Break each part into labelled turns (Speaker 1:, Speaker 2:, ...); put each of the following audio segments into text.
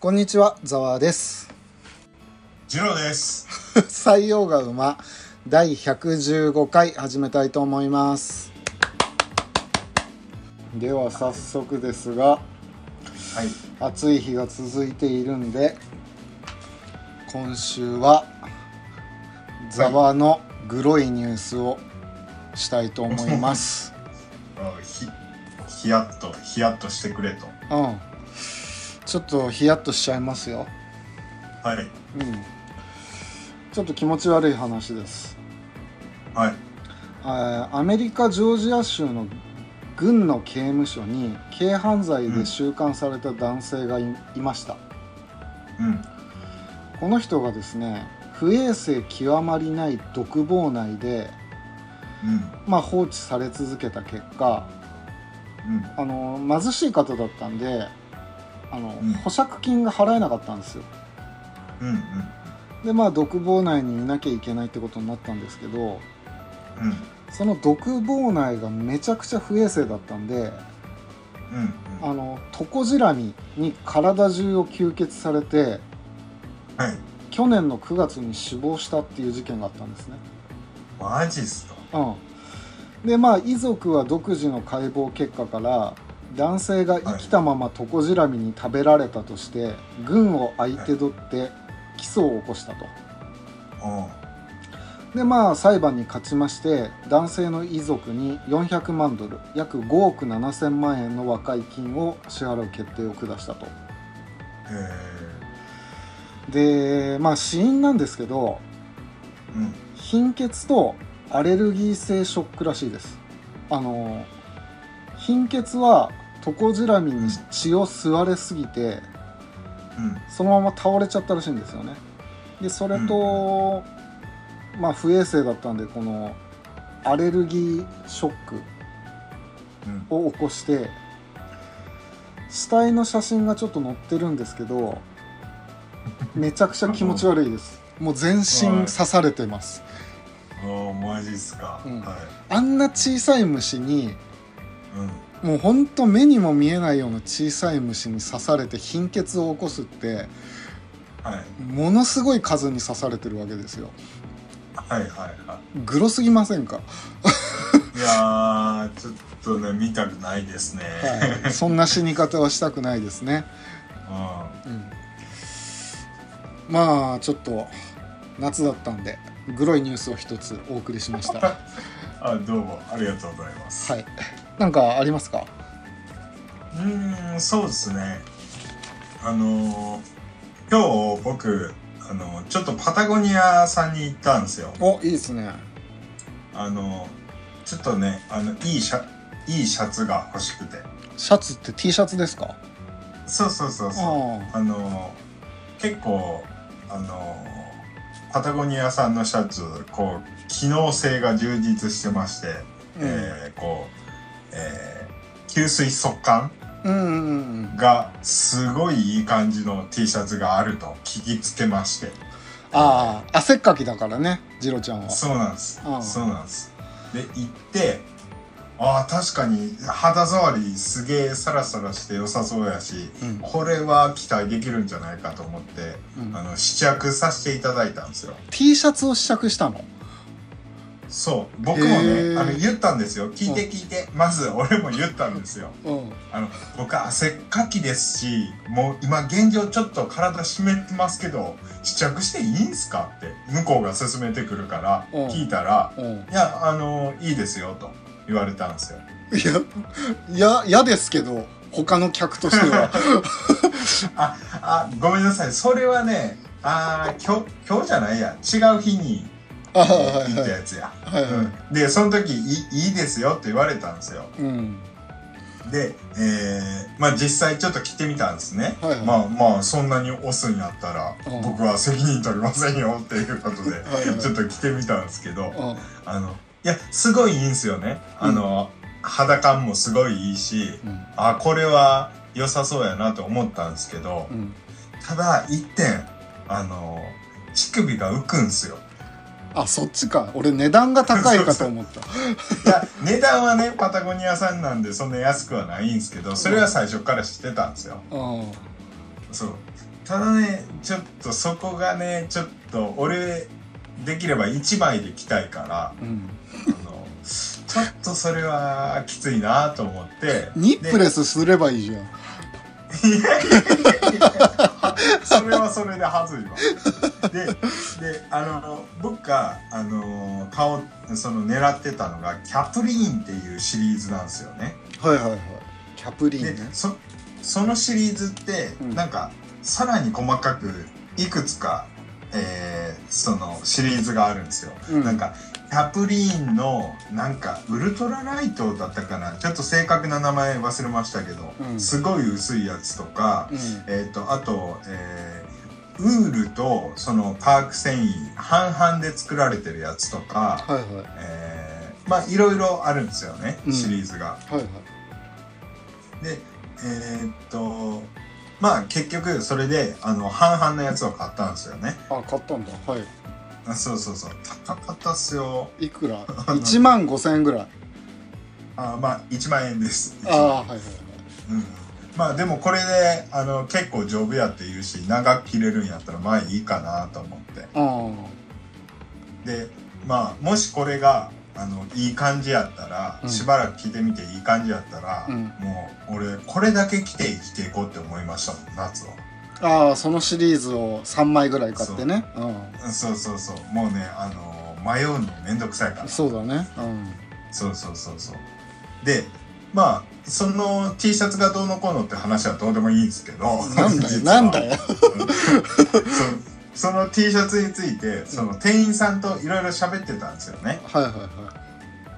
Speaker 1: こんにちは、ざわです。
Speaker 2: ジローです。
Speaker 1: 採用が馬、第115回始めたいと思います。では早速ですが、
Speaker 2: はい。
Speaker 1: 暑い日が続いているんで、今週は、ざわのグロいニュースをしたいと思います。
Speaker 2: ひ、ひやっと、ひやっとしてくれと。
Speaker 1: うん。ちょっとヒヤッとしちゃいますよ。
Speaker 2: はい。
Speaker 1: うん。ちょっと気持ち悪い話です。
Speaker 2: はい。
Speaker 1: えーアメリカ・ジョージア州の軍の刑務所に軽犯罪で収監された男性がい,、ました
Speaker 2: うん。
Speaker 1: この人がですね不衛生極まりない独房内で、まあ、放置され続けた結果
Speaker 2: うん。
Speaker 1: あの貧しい方だったんであの、
Speaker 2: うん
Speaker 1: 保釈金が払えなかったんですよ
Speaker 2: うん。うん。
Speaker 1: でまあ独房内にいなきゃいけないってことになったんですけど
Speaker 2: うん。
Speaker 1: その独房内がめちゃくちゃ不衛生だったんで
Speaker 2: うん。うん。
Speaker 1: あのトコジラミに体中を吸血されて
Speaker 2: はい。
Speaker 1: 去年の9月に死亡したっていう事件があったんですね。
Speaker 2: マジっすか。
Speaker 1: うん、でまあ遺族は独自の解剖結果から男性が生きたままトコジラミに食べられたとして軍を相手取って起訴を起こしたと。
Speaker 2: おう
Speaker 1: でまあ裁判に勝ちまして男性の遺族に400万ドル約5億7000万円の和解金を支払う決定を下したと。
Speaker 2: へ
Speaker 1: でまあ死因なんですけど
Speaker 2: え。うん。
Speaker 1: 貧血とアレルギー性ショックらしいですあの貧血はトコジラミに血を吸われすぎて
Speaker 2: うん。
Speaker 1: そのまま倒れちゃったらしいんですよねでそれと、まあ不衛生だったんでこのアレルギーショック
Speaker 2: うん。
Speaker 1: を起こして死体の写真がちょっと載ってるんですけどめちゃくちゃ気持ち悪いですもう全身刺されてます
Speaker 2: おうマジっすか。
Speaker 1: うん
Speaker 2: は
Speaker 1: あんな小さい虫に
Speaker 2: い。うん。
Speaker 1: もうほんと目にも見えないような小さい虫に刺されて貧血を起こすって
Speaker 2: はい。
Speaker 1: ものすごい数に刺されてるわけですよ
Speaker 2: はい。はい。は
Speaker 1: グロすぎませんか、
Speaker 2: い。いやー、ちょっとね、見たくないですね。
Speaker 1: はい、そんな死に方はしたくないですね、うん、まあちょっと夏だったんでグロいニュースを一つお送りしましたは
Speaker 2: うん。あ、どうも、ありがとうございます。
Speaker 1: いなんかありますか
Speaker 2: うーん、そうですね。あのー、今日僕、あのー、ちょっとパタゴニアさんに行ったんですよ。
Speaker 1: おいいですね
Speaker 2: あのー、ちょっとね、あの、いいシャ、いいシャツが欲しくて。
Speaker 1: シャツって T シャツですか
Speaker 2: そうそうそうそう。
Speaker 1: あ
Speaker 2: あのー、結構、あのー、パタゴニアさんのシャツ、こう、機能性が充実してまして、
Speaker 1: あ、うん
Speaker 2: えー、こう、えー、吸水速乾
Speaker 1: うんうんうんうん
Speaker 2: がすごいいい感じの T シャツがあると聞きつけまして
Speaker 1: ああ汗っかきだからねジロちゃんは
Speaker 2: そうなんです
Speaker 1: うん
Speaker 2: そうなんですで行ってああ確かに肌触りすげえサラサラして良さそうやし
Speaker 1: うん
Speaker 2: これは期待できるんじゃないかと思って
Speaker 1: うん
Speaker 2: あの試着させていただいたんですよ
Speaker 1: T シャツを試着したの
Speaker 2: そう僕も
Speaker 1: へ
Speaker 2: ね
Speaker 1: ー
Speaker 2: あの言ったんですよ聞いて聞いてまず俺も言ったんですよ
Speaker 1: うん
Speaker 2: あの僕汗っかきですしもう今現状ちょっと体湿ってますけど試着していいんすかって向こうが勧めてくるから
Speaker 1: うん
Speaker 2: 聞いたら
Speaker 1: うん
Speaker 2: 「いやあのいいですよ」と言われたんですよ。
Speaker 1: いやいや嫌ですけど他の客として は
Speaker 2: ああごめんなさいそれはねあー今日今日じゃないや違う日に
Speaker 1: ああはい
Speaker 2: 行っ た
Speaker 1: はい
Speaker 2: やつや。
Speaker 1: はいは
Speaker 2: うん、でその時い「いいですよ」って言われたんですよ。
Speaker 1: いうん
Speaker 2: で、えーまあ実際ちょっと着てみたんですね。
Speaker 1: はいはい
Speaker 2: まあまあそんなにオスになったら
Speaker 1: うん
Speaker 2: 僕は責任取りませんよっていうことで
Speaker 1: はいはい
Speaker 2: ちょっと着てみたんですけど、
Speaker 1: うん
Speaker 2: あの、いや、すごいいいんですよね。あの、肌感もすごいいいし、
Speaker 1: うん
Speaker 2: あ、これは良さそうやなと思ったんですけど
Speaker 1: う、ん
Speaker 2: ただ一点、あの、乳首が浮くんすよ。
Speaker 1: あそっちか俺値段が高いかと思った
Speaker 2: いや、値段はね、パ タゴニアさんなんでそんな安くはないんですけど、それは最初から知ってたんですよ。
Speaker 1: うん
Speaker 2: そう。ただねちょっとそこがねちょっと俺できれば1枚で着たいから
Speaker 1: うん、
Speaker 2: あ のちょっとそれはきついなと思って
Speaker 1: ニップレスすればいいじゃん
Speaker 2: それはそれで恥ずいわ。で、で、あの、僕が、あの、顔、その狙ってたのが、キャプリーンっていうシリーズなんですよね。
Speaker 1: はいはいはいキャプリン
Speaker 2: で
Speaker 1: ね、
Speaker 2: そ、そのシリーズって、
Speaker 1: うん
Speaker 2: なんか、さらに細かく、いくつか、えーそのシリーズがあるんですよ。
Speaker 1: うん
Speaker 2: なんか、キャプリーンの、なんか、ウルトラライトだったかな。ちょっと正確な名前忘れましたけど、
Speaker 1: うん
Speaker 2: すごい薄いやつとか、
Speaker 1: うん
Speaker 2: えー、とあと、えーウールとそのパーク繊維半々で作られてるやつとか、
Speaker 1: はいはい
Speaker 2: えーまあいろいろあるんですよね
Speaker 1: うん
Speaker 2: シリーズが。
Speaker 1: はいはい
Speaker 2: でえーっとまあ結局それであの半々のやつを買ったんですよね。
Speaker 1: あ買ったんだは
Speaker 2: あそうそうそう高かったっすよ。
Speaker 1: いいく ら1万5千円ぐらい
Speaker 2: あまあ1万円です。
Speaker 1: ああはいはいはい
Speaker 2: うんまあでもこれであの結構丈夫やって言うし長く着れるんやったらまあいいかなと思って。
Speaker 1: あ
Speaker 2: でまあもしこれがあのいい感じやったら、
Speaker 1: うん
Speaker 2: しばらく着てみていい感じやったら、
Speaker 1: うん
Speaker 2: もう俺これだけ着て生きていこうって思いましたもん夏は
Speaker 1: ーあーそのシリーズを3枚ぐらい買ってねう
Speaker 2: そうそうそうもうねあの迷うのめんどくさいから
Speaker 1: んそうだねうん
Speaker 2: そうそうそうそうでまあその T シャツがどうのこうのって話はどうでもいいんですけど
Speaker 1: なんだよ
Speaker 2: 実は
Speaker 1: なんだよ
Speaker 2: うん そその T シャツについてその店員さんといろいろ喋ってたんですよね
Speaker 1: はいはいは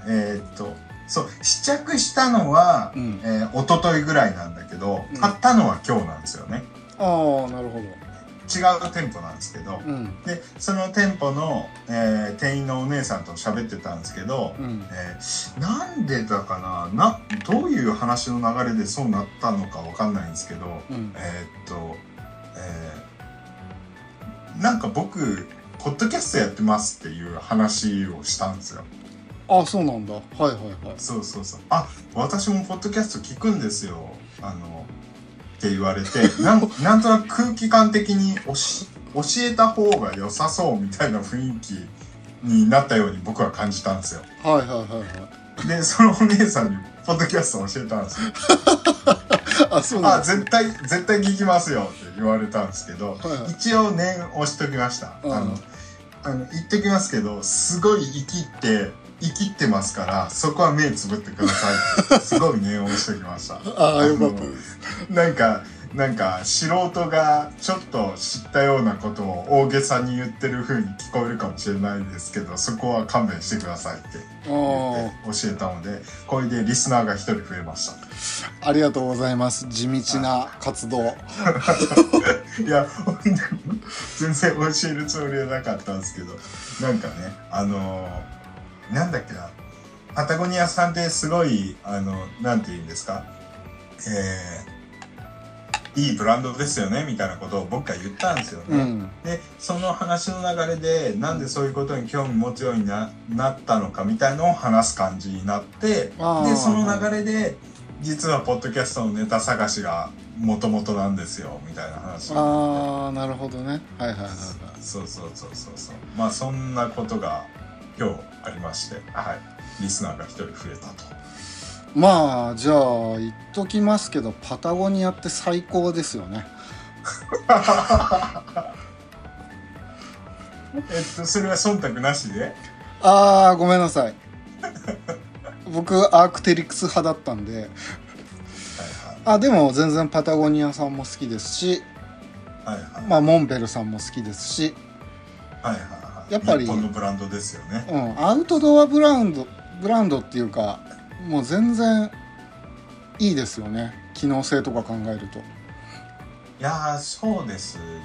Speaker 2: えーっとそう試着したのは
Speaker 1: いう、ん
Speaker 2: えー、一昨日ぐらいなんだけど
Speaker 1: うん
Speaker 2: 買ったのは今日なんですよね、
Speaker 1: ああなるほど
Speaker 2: 違う店舗なんですけど、
Speaker 1: うん
Speaker 2: でその店舗の、えー店員のお姉さんと喋ってたんですけど、
Speaker 1: うん
Speaker 2: えーなんでだかななどういう話の流れでそうなったのかわかんないんですけど
Speaker 1: うん
Speaker 2: えーっと、えーなんか僕ポッドキャストやってますっていう話をしたんですよ。
Speaker 1: あそうなんだはいはいはい
Speaker 2: そうそうそう。あ、私もポッドキャスト聞くんですよ。あの、って 言われて、なんなんとなく空気感的に教教えた方が良さそうみたいな雰囲気になったように僕は感じたんですよ。
Speaker 1: はいはいはいはい
Speaker 2: で、そのお姉さんにポッドキャストを教えたんですよ。
Speaker 1: あそうな
Speaker 2: あ、
Speaker 1: んだ
Speaker 2: 絶対、絶対聞きますよって言われたんですけど、
Speaker 1: はいはい
Speaker 2: 一応念押しときました。
Speaker 1: うん
Speaker 2: あの、あの言っときますけど、すごい生きって、生きってますから、そこは目つぶってくださいっ て。すごい念を押しときました。
Speaker 1: ああよかっ
Speaker 2: あのなんか、なんか素人がちょっと知ったようなことを大げさに言ってる風に聞こえるかもしれないですけど、そこは勘弁してくださいって
Speaker 1: た
Speaker 2: 言っ
Speaker 1: あ
Speaker 2: て教えたので、これでリスナーが一人増えました。
Speaker 1: あありがとうございます地道な活動
Speaker 2: いや、全然教えるつもりはなかったんですけど、なんかね、あのーなんだっけな、パタゴニアさんってすごい、あの、なんて言うんですか、えーいいブランドですよね、みたいなことを僕が言ったんですよね。
Speaker 1: うん
Speaker 2: で、その話の流れで、なんでそういうことに興味持つようにななったのかみたいのを話す感じになって、
Speaker 1: あー
Speaker 2: で、その流れで、実はポッドキャストのネタ探しがもともとなんですよ、みたいな話になって
Speaker 1: ああなるほどねはいはいはいはい
Speaker 2: そうそうそうそうそう。まあそんなことが今日ありまして、はい。リスナーが一人増えたと。
Speaker 1: まあじゃあ言っときますけどパタゴニアって最高ですよね
Speaker 2: えっとそれは忖度なしで。
Speaker 1: あーごめんなさい僕アークテリクス派だったんであでも全然パタゴニアさんも好きですし、
Speaker 2: はいはいはい
Speaker 1: まあ、モンベルさんも好きですし、
Speaker 2: はいはいはい。
Speaker 1: やっぱり
Speaker 2: 日本のブランドですよね。
Speaker 1: うん、アウトドアブランドブランドっていうかもう全然いいですよね機能性とか考えると
Speaker 2: いやーそうですね。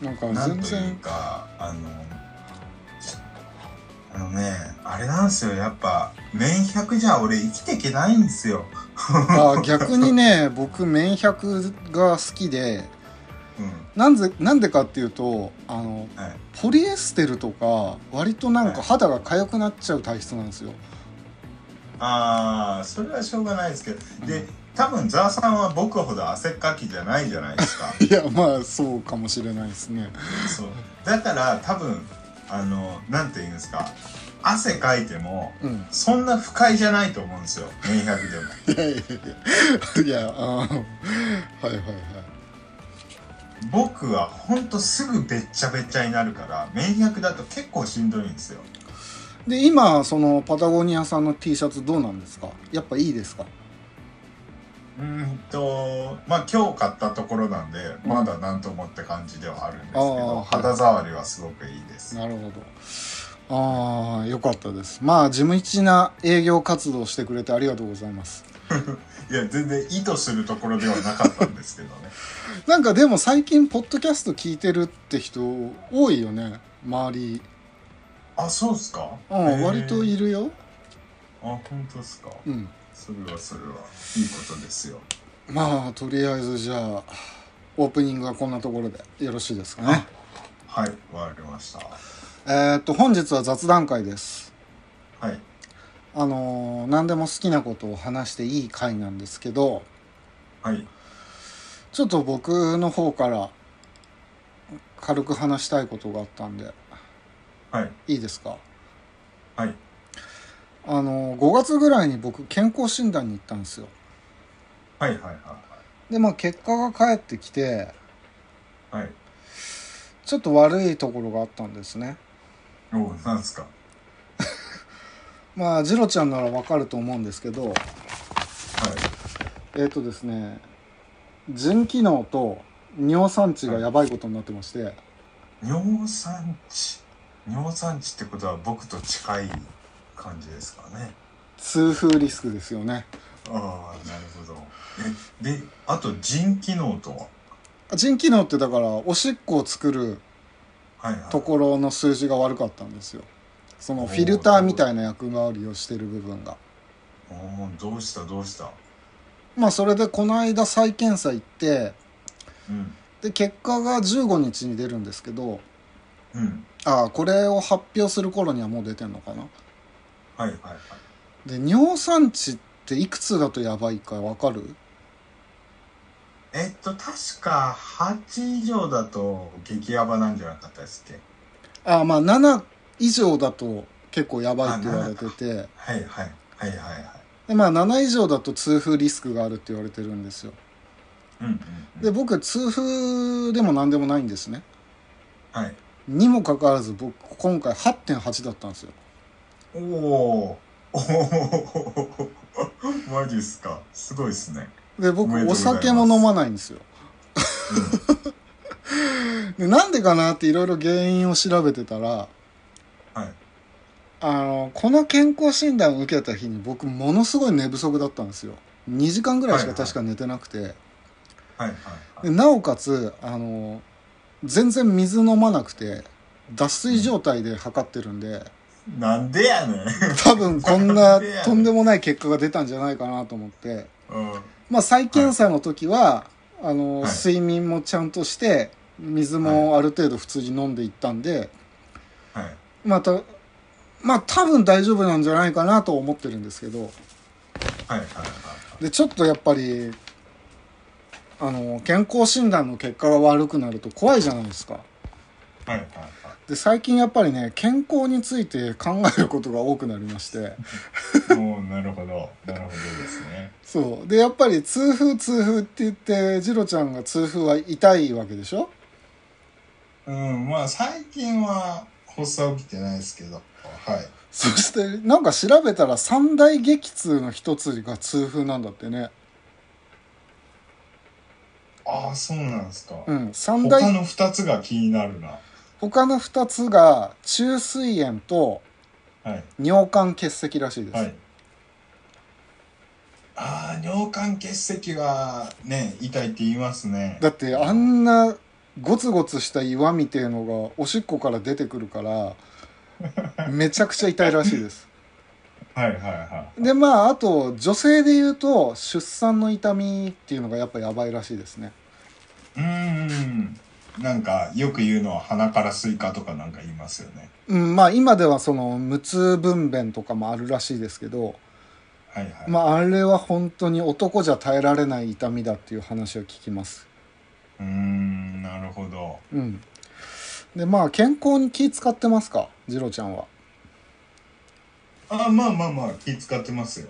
Speaker 1: なん
Speaker 2: う
Speaker 1: か
Speaker 2: んな
Speaker 1: 全
Speaker 2: んという
Speaker 1: 然
Speaker 2: かあの。あのね、あれなんですよ、やっぱ、綿100じゃ俺生きていけないんですよ。
Speaker 1: あ逆にね 僕綿100が好きで
Speaker 2: うん。
Speaker 1: なんでなんでかっていうとあの
Speaker 2: はい。
Speaker 1: ポリエステルとか割となん
Speaker 2: は
Speaker 1: か
Speaker 2: い
Speaker 1: 肌が痒くなっちゃう体質なんですよ。
Speaker 2: ああそれはしょうがないですけど、
Speaker 1: うん
Speaker 2: で多分ザーさんは僕ほど汗っかきじゃないじゃないです か
Speaker 1: いやまあそうかもしれないですね
Speaker 2: そうだから多分あのなんて言うんですか汗かいても
Speaker 1: うん
Speaker 2: そんな不快じゃないと思うんですよ400でも
Speaker 1: いやいや いやいやあーはいはいはい
Speaker 2: 僕はほんとすぐべっちゃべっちゃになるから免疫だと結構しんどいんですよ
Speaker 1: で今そのパタゴニアさんの T シャツどうなんですかやっぱいいですか
Speaker 2: うーんとまあ今日買ったところなんでまだなんともって感じではあるんですけ
Speaker 1: うん
Speaker 2: ど、
Speaker 1: あー
Speaker 2: 肌触りはすごくいいです、
Speaker 1: なるほどああよかったですまあ地道な営業活動をしてくれてありがとうございます
Speaker 2: いや全然意図するところではなかったんですけどね
Speaker 1: なんかでも最近ポッドキャスト聞いてるって人多いよね周り
Speaker 2: あそうっすか
Speaker 1: う
Speaker 2: へ
Speaker 1: ん
Speaker 2: ー
Speaker 1: 割といるよ
Speaker 2: あ本当っすか
Speaker 1: うん
Speaker 2: それはそれはいいことですよ
Speaker 1: まあとりあえずじゃあオープニングはこんなところでよろしいですかね
Speaker 2: はいわかりました
Speaker 1: えーっと本日は雑談会です
Speaker 2: はい
Speaker 1: あのー何でも好きなことを話していい回なんですけど
Speaker 2: はい
Speaker 1: ちょっと僕の方から軽く話したいことがあったんで
Speaker 2: はい
Speaker 1: いいですか
Speaker 2: はい
Speaker 1: あの5月ぐらいに僕健康診断に行ったんですよ
Speaker 2: はいはいはい
Speaker 1: でまあ結果が返ってきて
Speaker 2: はいはい
Speaker 1: ちょっと悪いところがあったんですね
Speaker 2: おうなんすか
Speaker 1: まあジロちゃんならわかると思うんですけど
Speaker 2: はい
Speaker 1: えっ、とですね腎機能と尿酸値がやばいことになってまして
Speaker 2: 尿酸値尿酸値ってことは僕と近い感じですかね
Speaker 1: 痛風リスクですよね
Speaker 2: ああなるほどえであと腎機能とは
Speaker 1: 腎機能ってだからおしっこを作る
Speaker 2: はいはい
Speaker 1: ところの数字が悪かったんですよそのフィルターみたいな役回りをしてる部分が
Speaker 2: おーどうしたどうした
Speaker 1: まあそれでこの間再検査行って
Speaker 2: うん
Speaker 1: で結果が15日に出るんですけど
Speaker 2: うん
Speaker 1: ああこれを発表する頃にはもう出てんのかな
Speaker 2: はいはいはい
Speaker 1: で尿酸値っていくつだとやばいかわかる
Speaker 2: えっと確か8以上だと激ヤバなんじゃなかったですっけ
Speaker 1: ああまあ7以上だと結構やばいって言われてて
Speaker 2: はいはいはいはいはい
Speaker 1: でまあ7以上だと痛風リスクがあるって言われてるんですよ
Speaker 2: うんうん、う
Speaker 1: で
Speaker 2: ん、
Speaker 1: 僕痛風でも何でもないんですね
Speaker 2: はい
Speaker 1: にもかかわらず僕今回8.8だったんですよ
Speaker 2: おおおおマジっすかすごいっすね
Speaker 1: で
Speaker 2: おめ
Speaker 1: 僕
Speaker 2: でとう
Speaker 1: お
Speaker 2: ございます
Speaker 1: 酒も飲まないんですよ でなんでかなっていろいろ原因を調べてたら
Speaker 2: はい
Speaker 1: あのこの健康診断を受けた日に僕ものすごい寝不足だったんですよ2時間ぐらいしか確か寝てなくて、
Speaker 2: はいはいはい
Speaker 1: でなおかつあの全然水飲まなくて脱水状態で測ってるんで、
Speaker 2: なんでやねん。
Speaker 1: 多分こんなとんでもない結果が出たんじゃないかなと思って、
Speaker 2: うん。
Speaker 1: まあ、再検査の時は、あの
Speaker 2: はい
Speaker 1: 睡眠もちゃんとして水もある程度普通に飲んでいったんで、
Speaker 2: はい。
Speaker 1: またまあ多分大丈夫なんじゃないかなと思ってるんですけど
Speaker 2: はいはいはい。
Speaker 1: でちょっとやっぱりあの健康診断の結果が悪くなると怖いじゃないですか
Speaker 2: はいはいはい。
Speaker 1: で最近やっぱりね健康について考えることが多くなりまして
Speaker 2: おーなるほど。なるほどですね。
Speaker 1: そうでやっぱり痛風痛風って言ってジロちゃんが痛風は痛いわけでしょ
Speaker 2: うん、まあ最近は発作起きてないですけど。はい。
Speaker 1: そしてなんか調べたら三大激痛の一つが痛風なんだってね
Speaker 2: ああ、そうなんですか。
Speaker 1: うん三
Speaker 2: 他
Speaker 1: 大
Speaker 2: の二つが気になるな。
Speaker 1: 他の二つが虫垂炎と
Speaker 2: はい。
Speaker 1: 尿管結石らしいです、
Speaker 2: はい。ああ、尿管結石はね、痛いって言いますね。
Speaker 1: だってあんなゴツゴツした岩みてえのがおしっこから出てくるから めちゃくちゃ痛いらしいです
Speaker 2: はいはいは
Speaker 1: でまああと女性で言うと出産の痛みっていうのがやっぱやばいらしいですね
Speaker 2: い。うーん。なんかよく言うのは鼻からスイカとかなんか言いますよね。
Speaker 1: うんまあ今ではその無痛分娩とかもあるらしいですけど
Speaker 2: はいはい。
Speaker 1: まああれは本当に男じゃ耐えられない痛みだっていう話を聞きます
Speaker 2: うーん、なるほど。
Speaker 1: うんでまあ健康に気使ってますかジロちゃんは
Speaker 2: あ、まあまあまあ、気使ってますよ。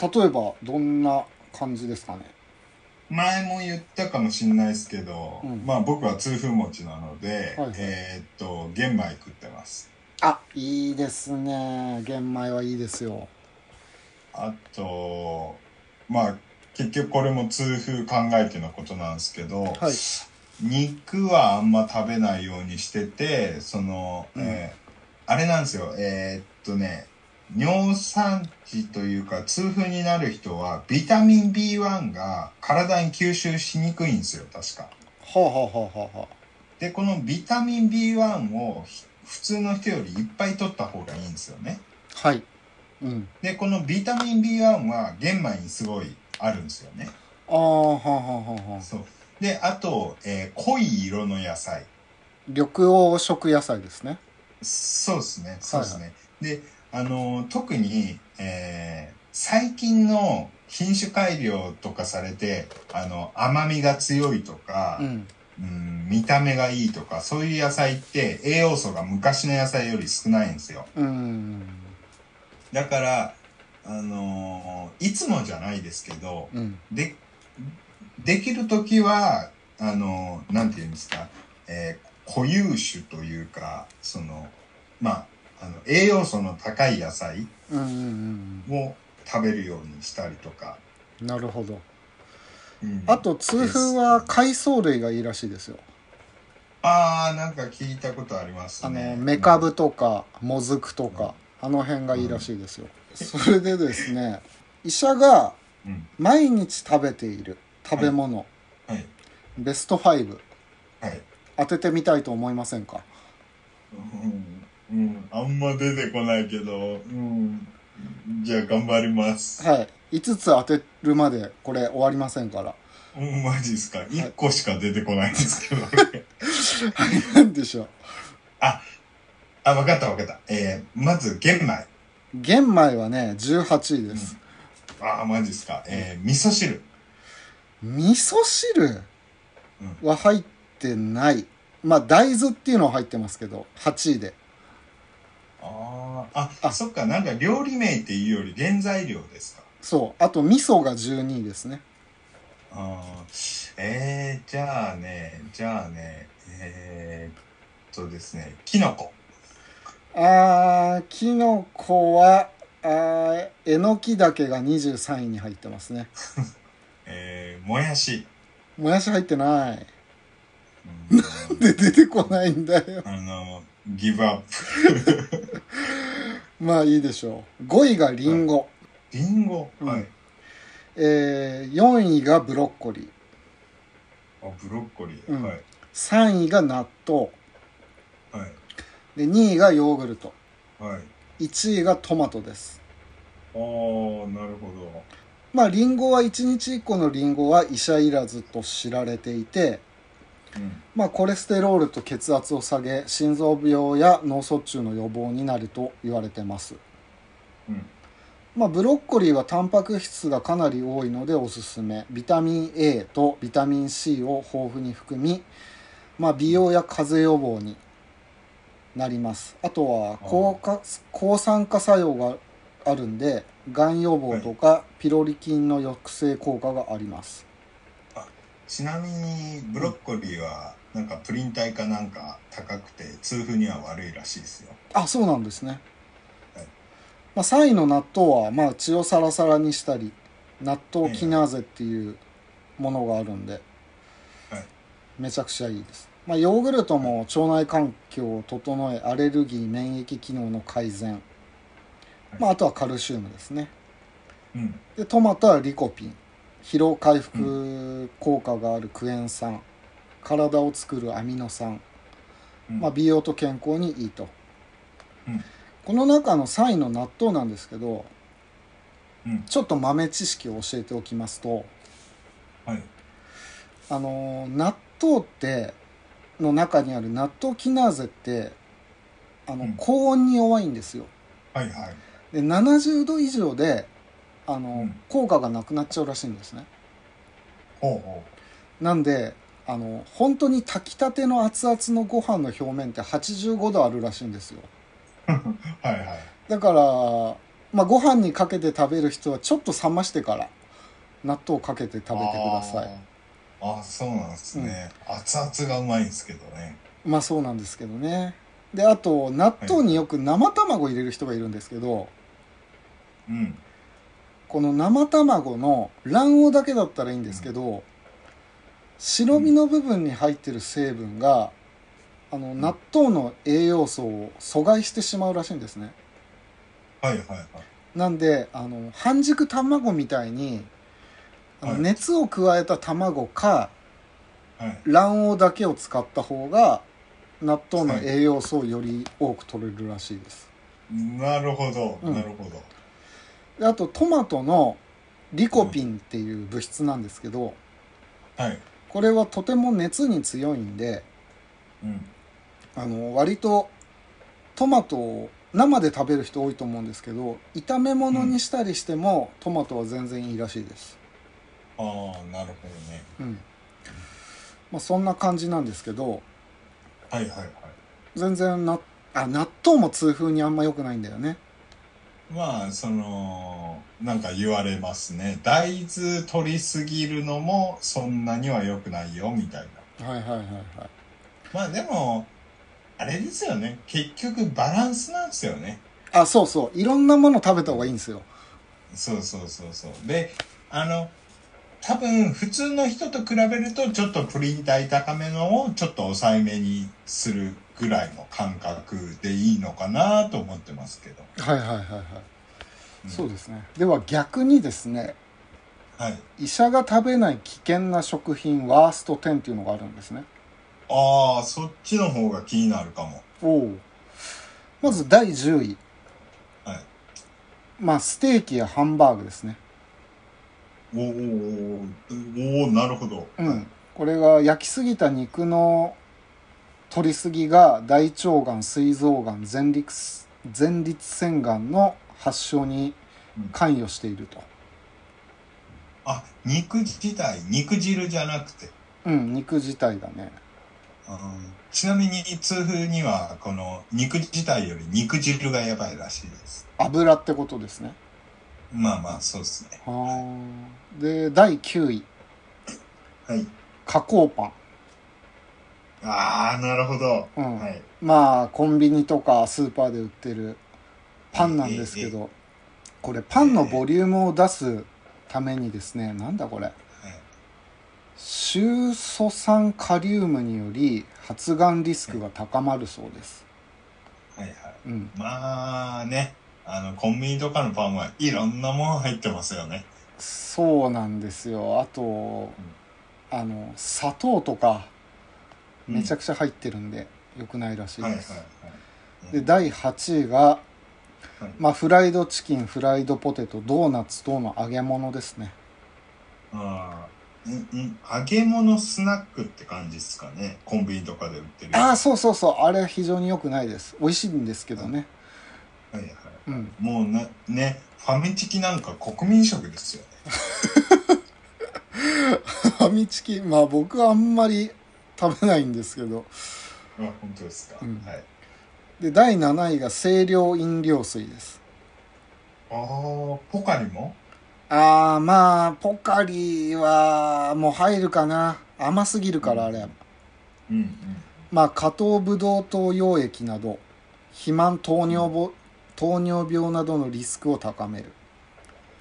Speaker 1: 例えばどんな感じですかね
Speaker 2: 前も言ったかもしれないですけど、
Speaker 1: うん
Speaker 2: まあ僕は痛風持ちなので、
Speaker 1: はいはい
Speaker 2: えーっと、玄米食ってます。
Speaker 1: あいいですね玄米はいいですよ
Speaker 2: あと、まあ、結局これも痛風考えてのことなんですけど、
Speaker 1: はい
Speaker 2: 肉はあんま食べないようにしてて、その、
Speaker 1: うん
Speaker 2: えーあれなんですよ、えーっとね、尿酸値というか痛風になる人はビタミン B1 が体に吸収しにくいんですよ、確か。
Speaker 1: はあはあはあはあはあ
Speaker 2: で、このビタミン B1 をひ普通の人よりいっぱい取った方がいいんですよね。
Speaker 1: はいうん
Speaker 2: で、このビタミン B1 は玄米にすごいあるんですよね。
Speaker 1: あーはあはあはあはあ
Speaker 2: そう。で、あと、えー濃い色の野菜。
Speaker 1: 緑黄色野菜ですね
Speaker 2: そうですね。そうですね。で、あのー特に、えー最近の品種改良とかされて、あの、甘みが強いとか、
Speaker 1: うん
Speaker 2: うん見た目がいいとか、そういう野菜って栄養素が昔の野菜より少ないんですよ。
Speaker 1: うん
Speaker 2: だから、あのーいつもじゃないですけど、
Speaker 1: うん
Speaker 2: で、できる時は、あの、なんて言うんですか、えー固有種というか、その、まあ、あの、栄養素の高い野菜
Speaker 1: うんうんうん
Speaker 2: を食べるようにしたりとか。
Speaker 1: うんなるほど
Speaker 2: うん
Speaker 1: あと痛風は海藻類がいいらしいですよ
Speaker 2: あー、なんか聞いたことあります
Speaker 1: あ
Speaker 2: ね。
Speaker 1: のメカブとかモズクとかあの辺がいいらしいですよそれでですね医者が
Speaker 2: うん。
Speaker 1: 毎日食べている食べ物、
Speaker 2: はい。
Speaker 1: ベスト5
Speaker 2: はい。
Speaker 1: 当ててみたいと思いませんか
Speaker 2: うん。うん。あんま出てこないけど、うん。じゃあ頑張ります。
Speaker 1: はい5つ当てるまでこれ終わりませんから
Speaker 2: うん、マジですか。1個しか出てこないんですけど。
Speaker 1: 何でしょう
Speaker 2: あ、わかったわかった。えー、まず玄米。
Speaker 1: 玄米はね18位です、
Speaker 2: ああ、マジですか。えー、味噌汁。
Speaker 1: 味噌汁
Speaker 2: う
Speaker 1: は入ってないまあ大豆っていうのは入ってますけど8位で
Speaker 2: ああ、あ、
Speaker 1: あ
Speaker 2: そっか、なんか料理名っていうより原材料ですか。
Speaker 1: そうあと味噌が12位ですね
Speaker 2: ああ、えー、じゃあね、じゃあね、えー、っとですね、キノコ。
Speaker 1: あーキノコはあーえのきだけが23位に入ってますね
Speaker 2: えー、もやし。
Speaker 1: もやし入ってない
Speaker 2: うん
Speaker 1: で出てこないんだよ
Speaker 2: あの、ギブアップ。
Speaker 1: まあいいでしょう5位がリンゴ、
Speaker 2: リンゴ。
Speaker 1: うん
Speaker 2: はい。
Speaker 1: えー、4位がブロッコリー
Speaker 2: あ、ブロッコリー。
Speaker 1: うん
Speaker 2: はい。
Speaker 1: 3位が納豆
Speaker 2: はい。
Speaker 1: で2位がヨーグルト
Speaker 2: はい。
Speaker 1: 1位がトマトです
Speaker 2: ああ、なるほど。
Speaker 1: まあリンゴは1日1個のリンゴは医者いらずと知られていて
Speaker 2: うん。
Speaker 1: まあコレステロールと血圧を下げ心臓病や脳卒中の予防になると言われてます
Speaker 2: うん。
Speaker 1: まあ、ブロッコリーはタンパク質がかなり多いのでおすすめビタミン A とビタミン C を豊富に含み、まあ、美容や風邪予防になりますあとは
Speaker 2: あー
Speaker 1: 抗か抗酸化作用があるんでがん予防とか、ピロリ菌の抑制効果があります
Speaker 2: ちなみにブロッコリーはなんかプリン体かなんか高くて痛風には悪いらしいですよ。
Speaker 1: あそうなんですね、
Speaker 2: はい
Speaker 1: まあ、3位の納豆は、まあ、血をサラサラにしたり納豆キナーゼっていうものがあるんで、
Speaker 2: はい
Speaker 1: めちゃくちゃいいです、まあ、ヨーグルトも腸内環境を整えアレルギー免疫機能の改善、まあ、あとはカルシウムですね
Speaker 2: うん。
Speaker 1: でトマトはリコピン疲労回復効果があるクエン酸、体を作るアミノ酸
Speaker 2: うん
Speaker 1: まあ、美容と健康にいいと、
Speaker 2: うん
Speaker 1: この中の3位の納豆なんですけど
Speaker 2: うん。
Speaker 1: ちょっと豆知識を教えておきますと、
Speaker 2: はい。
Speaker 1: あのー納豆っての中にある納豆キナーゼってあの、
Speaker 2: うん
Speaker 1: 高温に弱いんですよ
Speaker 2: はいはい。
Speaker 1: で70度以上であの、
Speaker 2: うん
Speaker 1: 効果がなくなっちゃうらしいんですね
Speaker 2: ほうほ
Speaker 1: なんであの本当に炊きたての熱々のご飯の表面って85度あるらしいんですよ
Speaker 2: う。はいはい。
Speaker 1: だから、まあ、ご飯にかけて食べる人はちょっと冷ましてから納豆をかけて食べてください
Speaker 2: あー。あ、そうなんですね。熱々がうまいんですけどね。
Speaker 1: まあそうなんですけどねであと納豆によく生卵入れる人がいるんですけど、
Speaker 2: うん。
Speaker 1: この生卵の卵黄だけだったらいいんですけど、白身の部分に入ってる成分があの納豆の栄養素を阻害してしまうらしいんですね
Speaker 2: はいはいはい。
Speaker 1: なんであの半熟卵みたいにあの
Speaker 2: はい
Speaker 1: 熱を加えた卵か
Speaker 2: はい。
Speaker 1: 卵黄だけを使った方が納豆の栄養素をより多く取れるらしいです
Speaker 2: なるほど、
Speaker 1: うん
Speaker 2: なるほど。
Speaker 1: であとトマトのリコピンっていう物質なんですけど、
Speaker 2: はい。
Speaker 1: これはとても熱に強いんで
Speaker 2: うん。
Speaker 1: あの割とトマトを生で食べる人多いと思うんですけど炒め物にしたりしても、トマトは全然いいらしいです、
Speaker 2: ああ、なるほどね。
Speaker 1: うんまあ、そんな感じなんですけど
Speaker 2: はいはいはい。
Speaker 1: 全然なあ納豆も痛風にあんま良くないんだよね
Speaker 2: まあ、その、なんか言われますね。大豆取りすぎるのもそんなには良くないよ、みたいな。
Speaker 1: はいはいはいはい
Speaker 2: まあでも、あれですよね。結局バランスなんですよね。
Speaker 1: あそうそういろんなもの食べた方がいいんですよ
Speaker 2: そうそうそうそう。で、あの、多分普通の人と比べるとちょっとプリン体高めのをちょっと抑えめにするぐらいの感覚でいいのかなと思ってますけど。
Speaker 1: はいはいはいはい、
Speaker 2: うん
Speaker 1: そうですねでは逆にですね
Speaker 2: はい。
Speaker 1: 医者が食べない危険な食品ワースト10っていうのがあるんですね
Speaker 2: ああ、そっちの方が気になるかも。
Speaker 1: おおまず第10位
Speaker 2: はい
Speaker 1: まあステーキやハンバーグですね
Speaker 2: おーおーおーおーなるほど。
Speaker 1: うんこれが焼きすぎた肉の取りすぎが大腸がん膵臓がん前立前立腺がんの発症に関与していると
Speaker 2: あ、肉自体、肉汁じゃなくて。
Speaker 1: うん肉自体だね
Speaker 2: うんちなみに痛風には、この肉自体より肉汁がやばいらしいです。
Speaker 1: 油ってことですね
Speaker 2: まあまあ、そうですね。
Speaker 1: はあで第9位
Speaker 2: はい。
Speaker 1: 加工パ
Speaker 2: ああ、なるほど。
Speaker 1: ン、うん
Speaker 2: はい。
Speaker 1: まあコンビニとかスーパーで売ってるパンなんですけど、これパンのボリュームを出すためにですね、なんだこれシュウ素酸カリウムにより発がんリスクが高まるそうです、
Speaker 2: はいはい。
Speaker 1: うん、
Speaker 2: まあね、あの、コンビニとかのパンはいろんなもん入ってますよね。
Speaker 1: そうなんですよあとあの砂糖とかめちゃ
Speaker 2: く
Speaker 1: くちゃ入ってるんで、良くないらしい
Speaker 2: はいは
Speaker 1: で
Speaker 2: い
Speaker 1: す、
Speaker 2: はい。
Speaker 1: で第8位が、
Speaker 2: はい
Speaker 1: まあ、フライドチキンフライドポテトドーナツ等の揚げ物ですね
Speaker 2: ああ、うんうん、揚げ物スナックって感じですかね。コンビニとかで売ってるやつ
Speaker 1: ああそうそうそうあれ非常に良くないです美味しいんですけどね
Speaker 2: はいはい。
Speaker 1: うん
Speaker 2: もうな、ね、ファミチキなんか国民食ですよね。
Speaker 1: ファミチキまあ僕はあんまり食べないんですけど
Speaker 2: あ、本当ですか。
Speaker 1: うん
Speaker 2: はい。
Speaker 1: で第7位が清涼飲料水です
Speaker 2: ああ、ポカリも
Speaker 1: ああまあポカリはもう入るかな甘すぎるからあれ、
Speaker 2: うんうん。
Speaker 1: まあ加糖ブドウ糖溶液など肥満糖尿ぼ糖尿病などのリスクを高める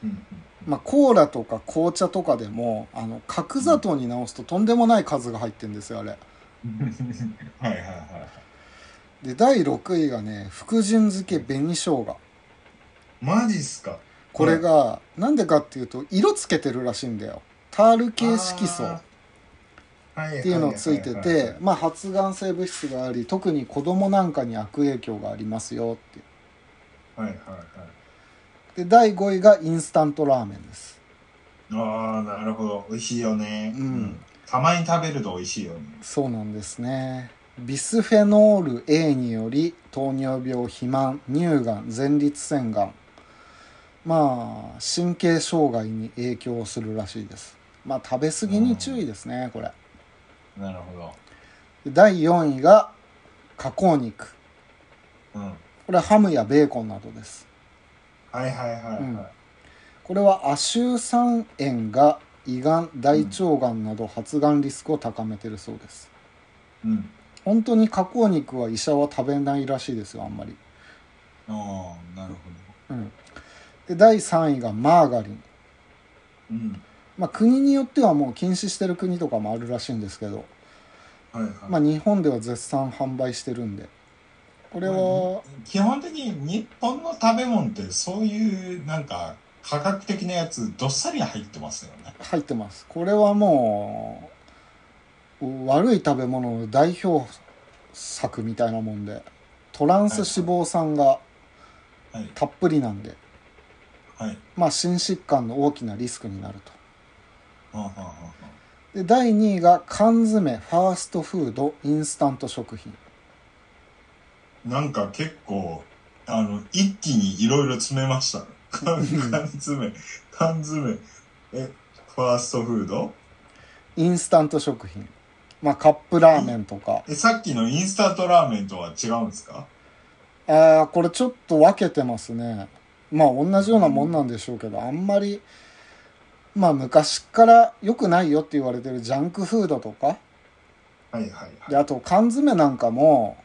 Speaker 2: うんうん、
Speaker 1: まあ、コーラとか紅茶とかでもあの角砂糖に直すととんでもない数が入ってるんですよあれ
Speaker 2: はいはいは
Speaker 1: で第6位がね福神漬け紅生姜
Speaker 2: い。マジっすか。
Speaker 1: これがなんでかっていうと色つけてるらしいんだよタール系色素
Speaker 2: あー
Speaker 1: っていうのついてて、まあ、発がん性物質があり特に子供なんかに悪影響がありますよってい
Speaker 2: はいはいはいはいはいはいは
Speaker 1: うで第5位がインスタントラーメンです
Speaker 2: いはい。ああ、なるほど。美味しいよね。
Speaker 1: うん
Speaker 2: たまに食べると美味しいよね。
Speaker 1: そうなんですねビスフェノール A により糖尿病肥満乳がん前立腺がんまあ神経障害に影響するらしいですまあ食べ過ぎに注意ですねこれ
Speaker 2: なるほど。
Speaker 1: で第4位が加工肉
Speaker 2: うん。はい
Speaker 1: これはハムやベーコンなどです
Speaker 2: はいはいはい。
Speaker 1: うんこれは亜臭酸塩が胃がん大腸がんなど発がんリスクを高めてるそうです
Speaker 2: うん。
Speaker 1: 本当に加工肉は医者は食べないらしいですよあんまり、
Speaker 2: ああ、なるほ
Speaker 1: うん、で第3位がマーガリン
Speaker 2: ど。うん。
Speaker 1: まあ国によってはもう禁止してる国とかもあるらしいんですけど、
Speaker 2: はいはい。
Speaker 1: まあ、日本では絶賛販売してるんでこれは
Speaker 2: 基本的に日本の食べ物ってそういうなんか科学的なやつどっさり入ってますよね。
Speaker 1: 入ってますこれはもう悪い食べ物の代表作みたいなもんでトランス脂肪酸が
Speaker 2: はい
Speaker 1: たっぷりなんで、
Speaker 2: はい。
Speaker 1: まあ、心疾患の大きなリスクになると
Speaker 2: はんはんはんはん
Speaker 1: で第2位が缶詰ファーストフードインスタント食品
Speaker 2: なんか結構あの一気にいろいろ詰めました。缶缶詰缶詰えファーストフード
Speaker 1: インスタント食品まあカップラーメンとか
Speaker 2: えさっきのインスタントラーメンとは違うんですか
Speaker 1: ああこれちょっと分けてますねまあ同じようなもんなんでしょうけどあんまりまあ昔から良くないよって言われてるジャンクフードとか
Speaker 2: はいはい
Speaker 1: で
Speaker 2: はい。
Speaker 1: あと缶詰なんかも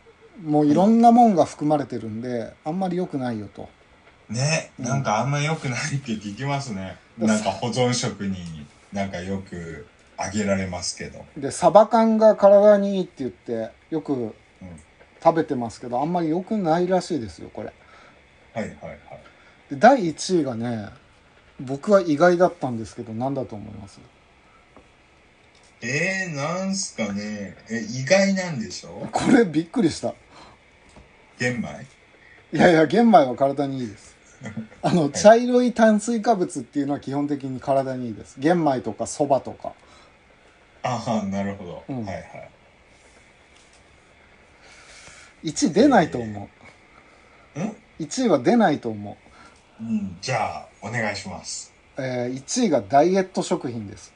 Speaker 1: もういろんなもんが含まれてるんであんまり良くないよと
Speaker 2: ね、
Speaker 1: うん
Speaker 2: なんかあんま良くないって聞きますね。なんか保存食になんかよくあげられますけど。
Speaker 1: でサバ缶が体にいいって言ってよく
Speaker 2: うん
Speaker 1: 食べてますけどあんまり良くないらしいですよこれ
Speaker 2: はいはいはい。
Speaker 1: で第1位がね僕は意外だったんですけど何だと思います
Speaker 2: えー、なんすかね。え、意外なんでしょ
Speaker 1: これびっくりした
Speaker 2: 玄米
Speaker 1: いやいや玄米は体にいいですあの茶色い炭水化物っていうのは基本的に体にいいです玄米とかそばとか
Speaker 2: ああ、なるほど。
Speaker 1: うん
Speaker 2: はいはい。
Speaker 1: 1出ないと思う、
Speaker 2: ん
Speaker 1: 1位は出ないと思う、
Speaker 2: うん、じゃあ、お願いします。
Speaker 1: えー、1位がダイエット食品です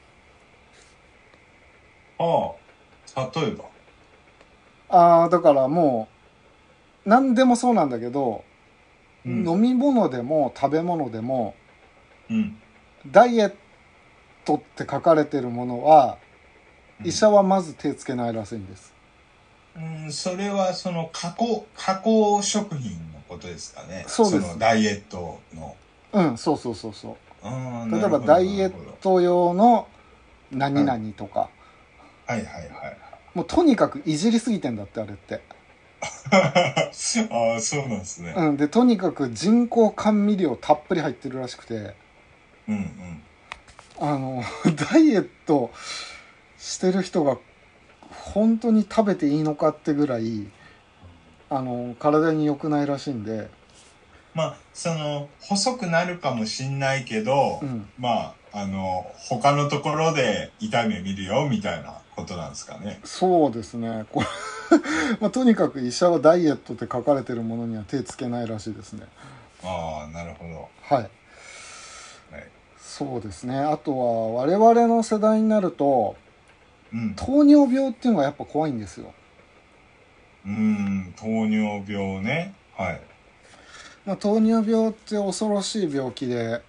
Speaker 2: ああ、例えば。
Speaker 1: ああだからもう何でもそうなんだけど、
Speaker 2: うん。
Speaker 1: 飲み物でも食べ物でも
Speaker 2: うん。
Speaker 1: ダイエットって書かれてるものは医者はまず手つけないらしいんです、
Speaker 2: うん、それはその加工、加工食品のことですかね。
Speaker 1: そうです
Speaker 2: のダイエットの。
Speaker 1: うんそうそうそうそう
Speaker 2: あ
Speaker 1: 例えばダイエット用の何々とか、
Speaker 2: はいはいはい。
Speaker 1: もうとにかくいじりすぎてんだってあれって、
Speaker 2: ああ、そうなんですね。
Speaker 1: うん、でとにかく人工甘味料たっぷり入ってるらしくて
Speaker 2: うんうん。
Speaker 1: あの ダイエットしてる人が本当に食べていいのかってぐらいあの体に良くないらしいんで、
Speaker 2: まあ、その、細くなるかもしんないけど、
Speaker 1: うん、
Speaker 2: まあ、あの、他のところで痛い目見るよ、みたいなことなんですかね。
Speaker 1: そうですねこれ まあ、とにかく医者はダイエットって書かれてるものには手つけないらしいですね
Speaker 2: ああ、なるほど。
Speaker 1: はい
Speaker 2: はい。
Speaker 1: そうですねあとは我々の世代になると
Speaker 2: うん。
Speaker 1: 糖尿病っていうのがやっぱ怖いんですよ、
Speaker 2: うん、糖尿病ね。はい。
Speaker 1: まあ、糖尿病って恐ろしい病気で、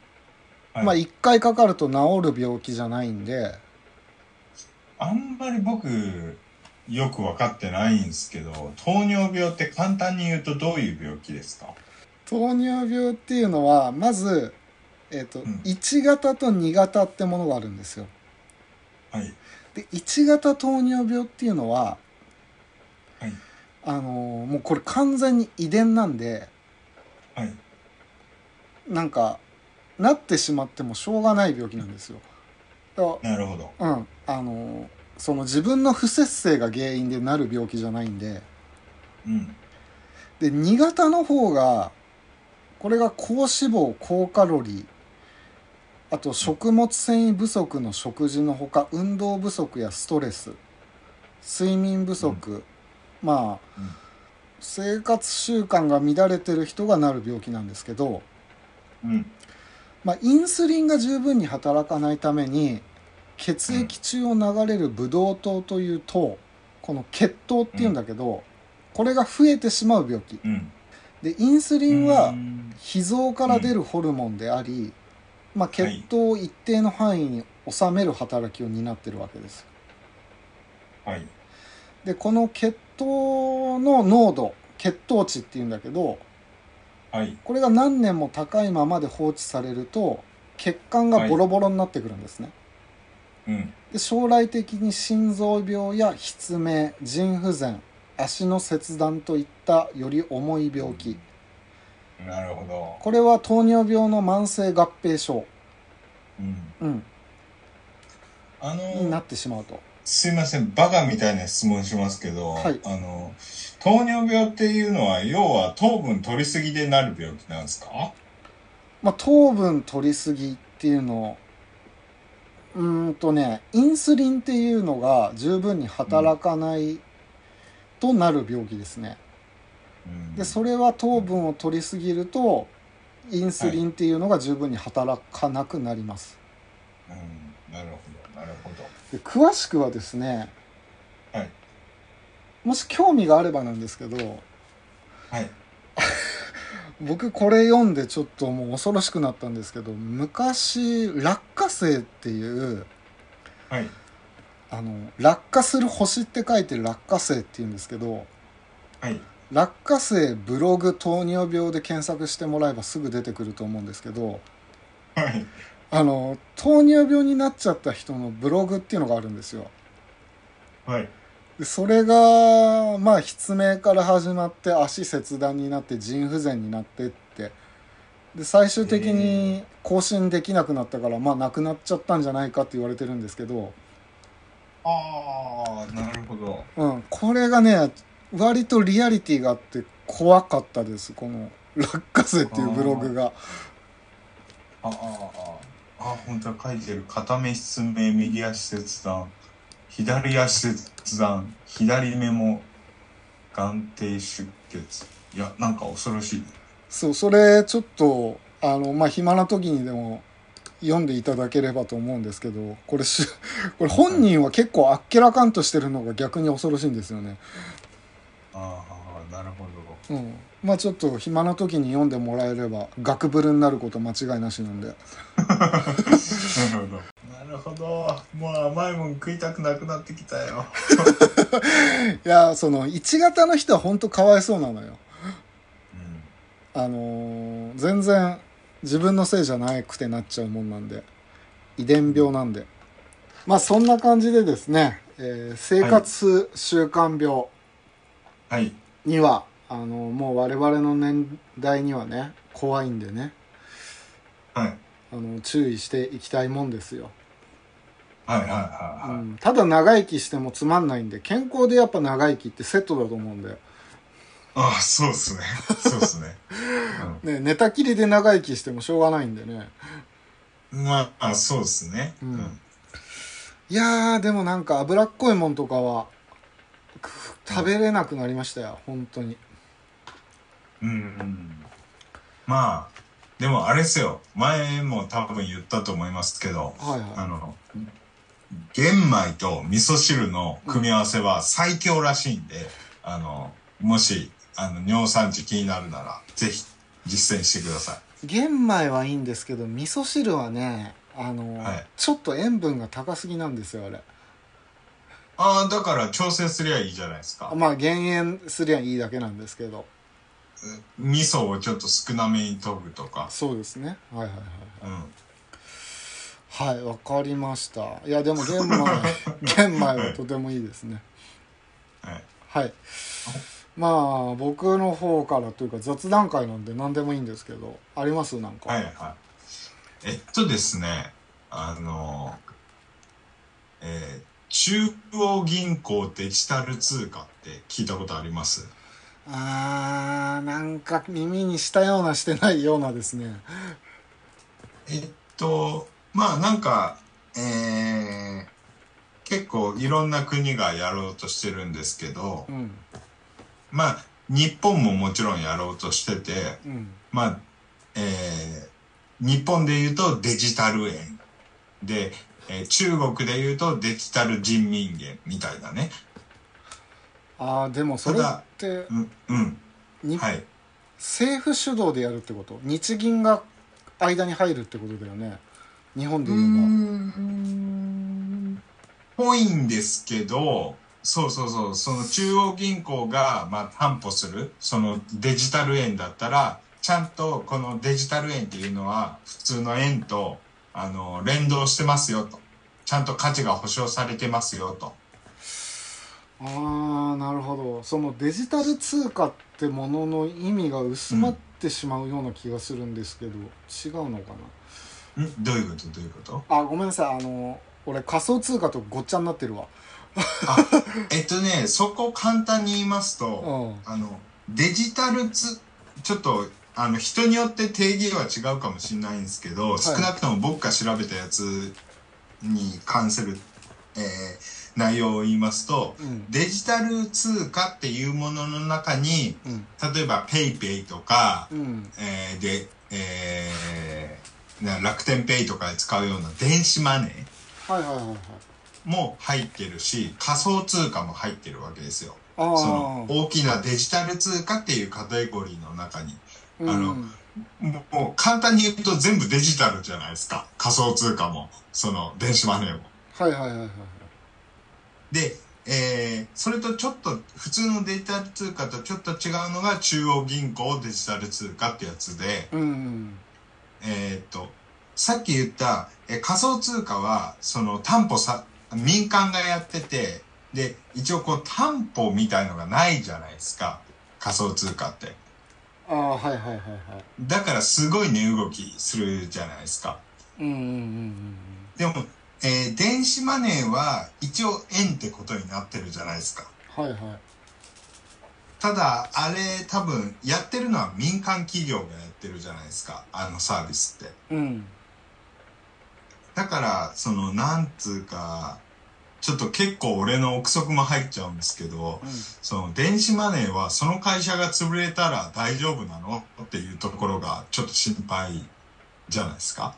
Speaker 2: はい、
Speaker 1: まあ1回かかると治る病気じゃないんで
Speaker 2: あんまり僕、よく分かってないんですけど、糖尿病って簡単に言うとどういう病気ですか
Speaker 1: 糖尿病っていうのはまず、えーと
Speaker 2: うん
Speaker 1: 1型と2型ってものがあるんですよ
Speaker 2: はい。
Speaker 1: で1型糖尿病っていうのは、
Speaker 2: はい
Speaker 1: あのーもうこれ完全に遺伝なんで
Speaker 2: はい。
Speaker 1: なんかなってしまってもしょうがない病気なんですよだか
Speaker 2: なるほど。
Speaker 1: らうんあのその自分の不節制が原因でなる病気じゃないんで
Speaker 2: うん。
Speaker 1: で2型の方がこれが高脂肪高カロリーあと食物繊維不足の食事のほか運動不足やストレス睡眠不足、まあ、
Speaker 2: うん
Speaker 1: 生活習慣が乱れてる人がなる病気なんですけど、
Speaker 2: うん。
Speaker 1: まあ、インスリンが十分に働かないために血液中を流れるブドウ糖という糖この血糖っていうんだけど、これが増えてしまう病気
Speaker 2: うん。
Speaker 1: でインスリンは
Speaker 2: うん
Speaker 1: 脾臓から出るホルモンであり、まあ、血糖を一定の範囲に収める働きを担ってるわけですよ
Speaker 2: はい。
Speaker 1: でこの血糖の濃度血糖値っていうんだけど
Speaker 2: はい。
Speaker 1: これが何年も高いままで放置されると血管がボロボロになってくるんですね、
Speaker 2: うん。
Speaker 1: で将来的に心臓病や失明腎不全足の切断といったより重い病気
Speaker 2: なるほど。
Speaker 1: これは糖尿病の慢性合併症、
Speaker 2: うん。
Speaker 1: うん、
Speaker 2: あ
Speaker 1: にな
Speaker 2: の、
Speaker 1: ってしまうと
Speaker 2: すいません、バカみたいな質問しますけど、
Speaker 1: はい
Speaker 2: あの、糖尿病っていうのは、要は糖分取りすぎでなる病気なんですか
Speaker 1: まあ、糖分取りすぎっていうのをうーんとねインスリンっていうのが十分に働かないとなる病気ですね、
Speaker 2: うん
Speaker 1: でそれは糖分を取りすぎるとインスリンっていうのが十分に働かなくなります、
Speaker 2: うん。なるほど、なるほど。
Speaker 1: で詳しくはですね、
Speaker 2: はい
Speaker 1: もし興味があればなんですけど
Speaker 2: はい。
Speaker 1: 僕これ読んでちょっともう恐ろしくなったんですけど昔落花生っていう
Speaker 2: はい。
Speaker 1: あの落下する星って書いて落花生っていうんですけど
Speaker 2: はい。
Speaker 1: 落花生ブログ糖尿病で検索してもらえばすぐ出てくると思うんですけど
Speaker 2: はい。
Speaker 1: あの糖尿病になっちゃった人のブログっていうのがあるんですよ
Speaker 2: はい。
Speaker 1: でそれがまあ失明から始まって足切断になって腎不全になってってで最終的に更新できなくなったからまあ亡くなっちゃったんじゃないかって言われてるんですけど、
Speaker 2: ああ、なるほど。
Speaker 1: うん、これがね割とリアリティがあって怖かったですこの「落花生」っていうブログが
Speaker 2: ああ、ああ、あ本当は書いてる。片目失明、右足切断、左足切断、左目も眼底出血。いや、なんか恐ろしい。
Speaker 1: そうそれちょっとあのまあ暇な時にでも読んでいただければと思うんですけどこれしこれ本人は結構あっけらかんとしてるのが逆に恐ろしいんですよね、
Speaker 2: ああ、なるほど。
Speaker 1: うん、まあちょっと暇な時に読んでもらえれば学ぶるになること間違いなしなんで
Speaker 2: なるほど。なるほど。もう甘いもん食いたくなくなってきたよ。
Speaker 1: いやーその1型の人は本当かわいそうなのよ
Speaker 2: うん。
Speaker 1: あのー全然自分のせいじゃなくてなっちゃうもんなんで遺伝病なんでまあそんな感じでですね、えー生活習慣病
Speaker 2: はい。
Speaker 1: には、あのもう我々の年代にはね怖いんでね
Speaker 2: はい。
Speaker 1: あの注意していきたいもんですよ、
Speaker 2: はいはいうはいはい。
Speaker 1: ん、ただ長生きしてもつまんないんで健康でやっぱ長生きってセットだと思うんで、
Speaker 2: ああ、そうっすね。そうっすね。
Speaker 1: ね、寝たきりで長生きしてもしょうがないんでね
Speaker 2: うん、 まあ、あそうっすね。
Speaker 1: うんいやーでもなんか脂っこいもんとかはく食べれなくなりましたよ本当に
Speaker 2: うんうんまあ、でもあれですよ。前も多分言ったと思いますけど、
Speaker 1: はいは
Speaker 2: あの、玄米と味噌汁の組み合わせは最強らしいんで、あの、もし、あの、尿酸値気になるなら、ぜひ実践してくださ
Speaker 1: い玄米はいいんですけど味噌汁はねあの、
Speaker 2: はい
Speaker 1: ちょっと塩分が高すぎなんですよあれ
Speaker 2: い。ああ、だから調整すりゃいいじゃないですか。
Speaker 1: まあ減塩すりゃいいだけなんですけど
Speaker 2: 味噌をちょっと少なめに研ぐとか。
Speaker 1: そうですねはいはい
Speaker 2: うん。
Speaker 1: はいはいわかりましたいやでも玄米 玄米はとてもいいですね
Speaker 2: はい。
Speaker 1: はいまあ僕の方からというか雑談会なんで何でもいいんですけどありますなんか
Speaker 2: はいはい。えっとですね、あの、えー中央銀行デジタル通貨って聞いたことあります
Speaker 1: あーなんか耳にしたようなしてないようなですね
Speaker 2: えっと、まあなんか、えー結構いろんな国がやろうとしてるんですけど
Speaker 1: う、ん
Speaker 2: まあ日本ももちろんやろうとしてて、
Speaker 1: うん
Speaker 2: まあ、えー日本で言うとデジタル円で、えー中国で言うとデジタル人民元みたいだね。
Speaker 1: ああでもそれって
Speaker 2: うん、うん、
Speaker 1: に
Speaker 2: はい。
Speaker 1: 政府主導でやるってこと日銀が間に入るってことだよね日本
Speaker 2: う
Speaker 1: で
Speaker 2: ー
Speaker 1: 言え
Speaker 2: ん。ぽいんですけど、そうそうそう、その中央銀行が、まあ、担保する、そのデジタル円だったら、ちゃんとこのデジタル円っていうのは、普通の円と、あの、連動してますよと。ちゃんと価値が保証されてますよと。
Speaker 1: ばああなるほどそのデジタル通貨ってものの意味が薄まってしまうような気がするんですけど、違うのか
Speaker 2: んどういうことどういうこと
Speaker 1: なあごめんなさいあの俺仮想通貨とごっちゃになってるわ
Speaker 2: えっとね、そこ簡単に言いますと、
Speaker 1: うん
Speaker 2: あの、デジタルつ、ちょっと、あの、人によって定義は違うかもしれないんですけど、
Speaker 1: い
Speaker 2: 少なくとも僕が調べたやつに関する、えー内容を言いますと、
Speaker 1: うん
Speaker 2: デジタル通貨っていうものの中に、
Speaker 1: うん
Speaker 2: 例えば PayPay とか、
Speaker 1: うん
Speaker 2: えーで、えーな楽天 Pay とかで使うような電子マネー
Speaker 1: はいはいはいはい
Speaker 2: も入ってるし、仮想通貨も入ってるわけですよ。
Speaker 1: あ
Speaker 2: その
Speaker 1: ー
Speaker 2: 大きなデジタル通貨っていうカテゴリーの中に。
Speaker 1: うん
Speaker 2: あのもうもう簡単に言うと全部デジタルじゃないですか。仮想通貨も、その電子マネーも。
Speaker 1: はいはいはいはい
Speaker 2: で、えー、それとちょっと、普通のデジタル通貨とちょっと違うのが中央銀行デジタル通貨ってやつで、
Speaker 1: うんうん
Speaker 2: えーっと、さっき言った、えー仮想通貨は、その担保さ、民間がやってて、で、一応こう担保みたいのがないじゃないですか。仮想通貨って。
Speaker 1: ああはいはいはいはい
Speaker 2: だからすごい値動きするじゃないですか。
Speaker 1: うんうんうんうん
Speaker 2: でも、えー電子マネーは一応円ってことになってるじゃないですか。
Speaker 1: はいはい
Speaker 2: ただ、あれ多分やってるのは民間企業がやってるじゃないですか。あのサービスって。
Speaker 1: うん
Speaker 2: だから、その、なんつうか、ちょっと結構俺の憶測も入っちゃうんですけど、その電子マネーはその会社が潰れたら大丈夫なのっていうところがちょっと心配じゃないですか。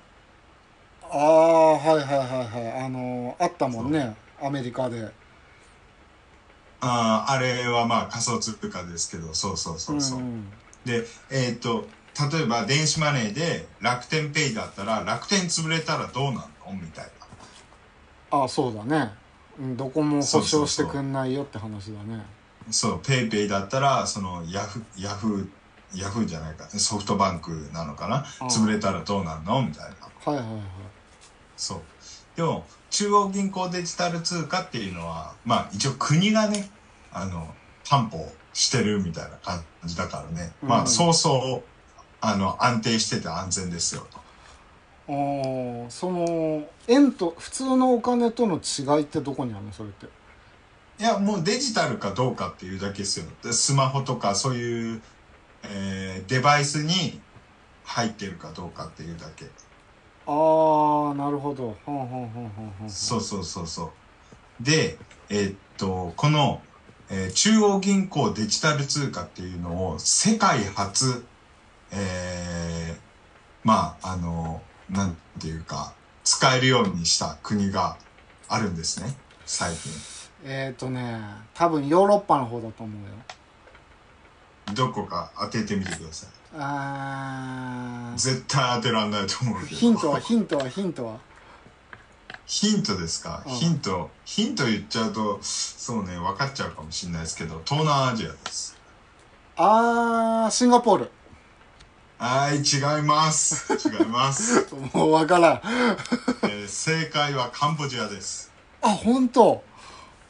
Speaker 1: ああはいはいはいはいあのーあったもんねアメリカで
Speaker 2: あーあれはまあ仮想通貨ですけど、そうそうそうそう。
Speaker 1: ん
Speaker 2: で、えっ、と、例えば電子マネーで楽天ペイだったら楽天潰れたらどうなのみたいな。
Speaker 1: ああそうだねうんどこも保証してくんないよって話だね
Speaker 2: そう、ペイペイだったら、そのヤフ、ヤフー、ヤフーじゃないか、ソフトバンクなのかな
Speaker 1: うん
Speaker 2: 潰れたらどうなのみたい
Speaker 1: は
Speaker 2: な。
Speaker 1: いはいはい
Speaker 2: そう。でも、中央銀行デジタル通貨っていうのは、まあ一応国がね、あの、担保してるみたいな感じだからね。
Speaker 1: う
Speaker 2: ま
Speaker 1: ん
Speaker 2: あそうそう、あの、安定してて安全ですよと。
Speaker 1: あーその円と普通のお金との違いってどこにあるのそれって
Speaker 2: いや、もうデジタルかどうかっていうだけですよ。でスマホとかそういう、えーデバイスに入ってるかどうかっていうだけ。
Speaker 1: ああなるほどほんほんほんほんほん
Speaker 2: そうそうそうそう。で、えーっと、この、えー中央銀行デジタル通貨っていうのを世界初、えーまあ、あの、なんていうか、使えるようにした国があるんですね、最近。
Speaker 1: えっ、ー、とね多分ヨーロッパの方だと思うよ
Speaker 2: どこか当ててみてください。
Speaker 1: あー
Speaker 2: 絶対当てらんないと思うけど。
Speaker 1: ヒントはヒントはヒントは
Speaker 2: ヒントですか、
Speaker 1: うん
Speaker 2: ヒント。ヒント言っちゃうと、そうね、分かっちゃうかもしれないですけど、東南アジアです。
Speaker 1: あーシンガポール
Speaker 2: はい、違います。違います。
Speaker 1: もうわからん
Speaker 2: えー正解はカンボジアです。
Speaker 1: あ本当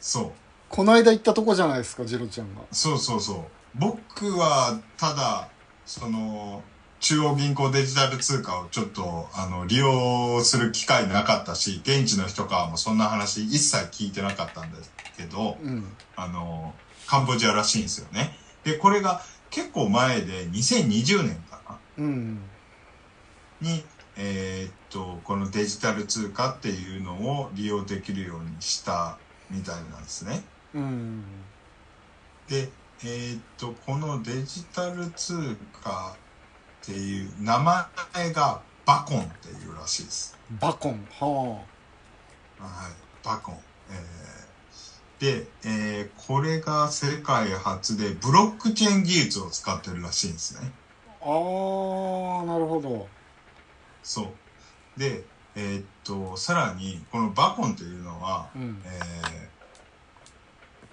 Speaker 2: そう。
Speaker 1: この間行ったとこじゃないですかジロちゃんが
Speaker 2: そうそうそう。僕は、ただ、その、中央銀行デジタル通貨をちょっと、あの、利用する機会なかったし、現地の人からもそんな話一切聞いてなかったんですけど、
Speaker 1: うん
Speaker 2: あの、カンボジアらしいんですよね。で、これが結構前で、2020年かな
Speaker 1: うん
Speaker 2: に、えーっと、このデジタル通貨っていうのを利用できるようにしたみたいなんですね。
Speaker 1: うん
Speaker 2: で、えーっと、このデジタル通貨っていう名前がバコンっていうらしいです。
Speaker 1: バコンは
Speaker 2: はい、バコン。えーで、えーこれが世界初でブロックチェーン技術を使ってるらしいんですね。
Speaker 1: ああーなるほど
Speaker 2: そう。で、えーっと、さらに、このバコンっていうのは、
Speaker 1: うん
Speaker 2: えー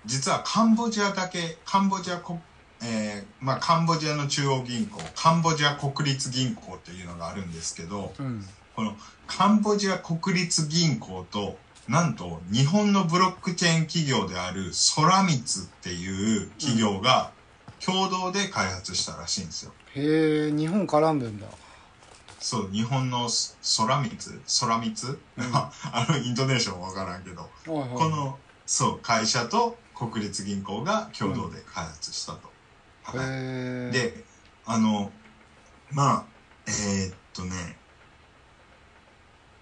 Speaker 2: 実はカンボジアだけ、カンボジアこ、えーまあ、カンボジアの中央銀行、カンボジア国立銀行っていうのがあるんですけど、
Speaker 1: うん
Speaker 2: このカンボジア国立銀行と、なんと日本のブロックチェーン企業であるソラミツっていう企業が共同で開発したらしいんですよ。
Speaker 1: へえ日本絡んでんだ
Speaker 2: そう、日本のソソラミツソラミツ
Speaker 1: うん
Speaker 2: あの、インドネーションわからんけど、
Speaker 1: はいはい
Speaker 2: この、そう、会社と国立銀行が共同で開発したと。はい
Speaker 1: へえ
Speaker 2: で、あの、まあ、えーっとね、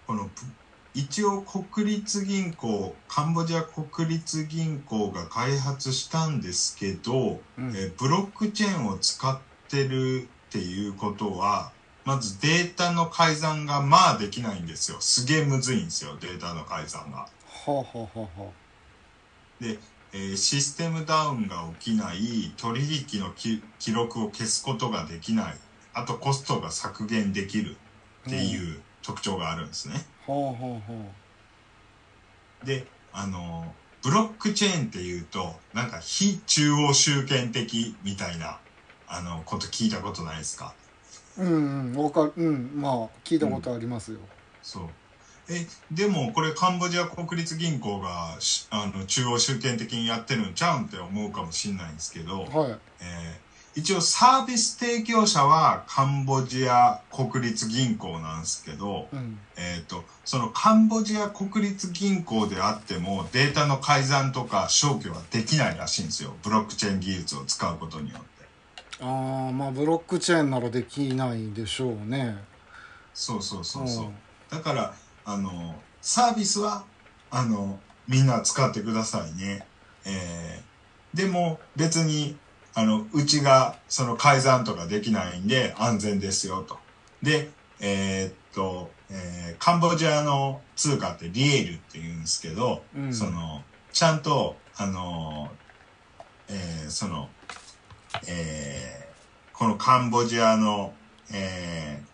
Speaker 2: この、ぶ一応国立銀行、カンボジア国立銀行が開発したんですけど、
Speaker 1: うん
Speaker 2: えーブロックチェーンを使ってるっていうことは、まずデータの改ざんがまあできないんですよ。すげえむずいんですよ、データの改ざんが。
Speaker 1: はあはあはあは
Speaker 2: えーシステムダウンが起きない取引のき記録を消すことができないあとコストが削減できる
Speaker 1: あ
Speaker 2: って
Speaker 1: うん
Speaker 2: いう特徴があるんですね、
Speaker 1: はあはあは
Speaker 2: であのーブロックチェーンっていうとなんか非中央集権的みたいなあのこと聞いたことないですか
Speaker 1: あうんうんわかるうんまあ聞いたことありますよ、
Speaker 2: そうえでもこれカンボジア国立銀行がしあの中央集権的にやってるんちゃうんって思うかもしれないんですけど、
Speaker 1: はい
Speaker 2: えー一応サービス提供者はカンボジア国立銀行なんですけど、
Speaker 1: うん
Speaker 2: えー、とそのカンボジア国立銀行であってもデータの改ざんとか消去はできないらしいんですよブロックチェーン技術を使うことによって
Speaker 1: ああまあブロックチェーンならできないでしょうね
Speaker 2: そうそうそうそう、だからあのサービスはあのみんな使ってくださいね、えーでも別にあのうちがその改ざんとかできないんで安全ですよとでえーっと、えーカンボジアの通貨ってリエールって言うんですけど、
Speaker 1: うん、うん、
Speaker 2: そのちゃんとあのえーそのえーこのカンボジアの、えー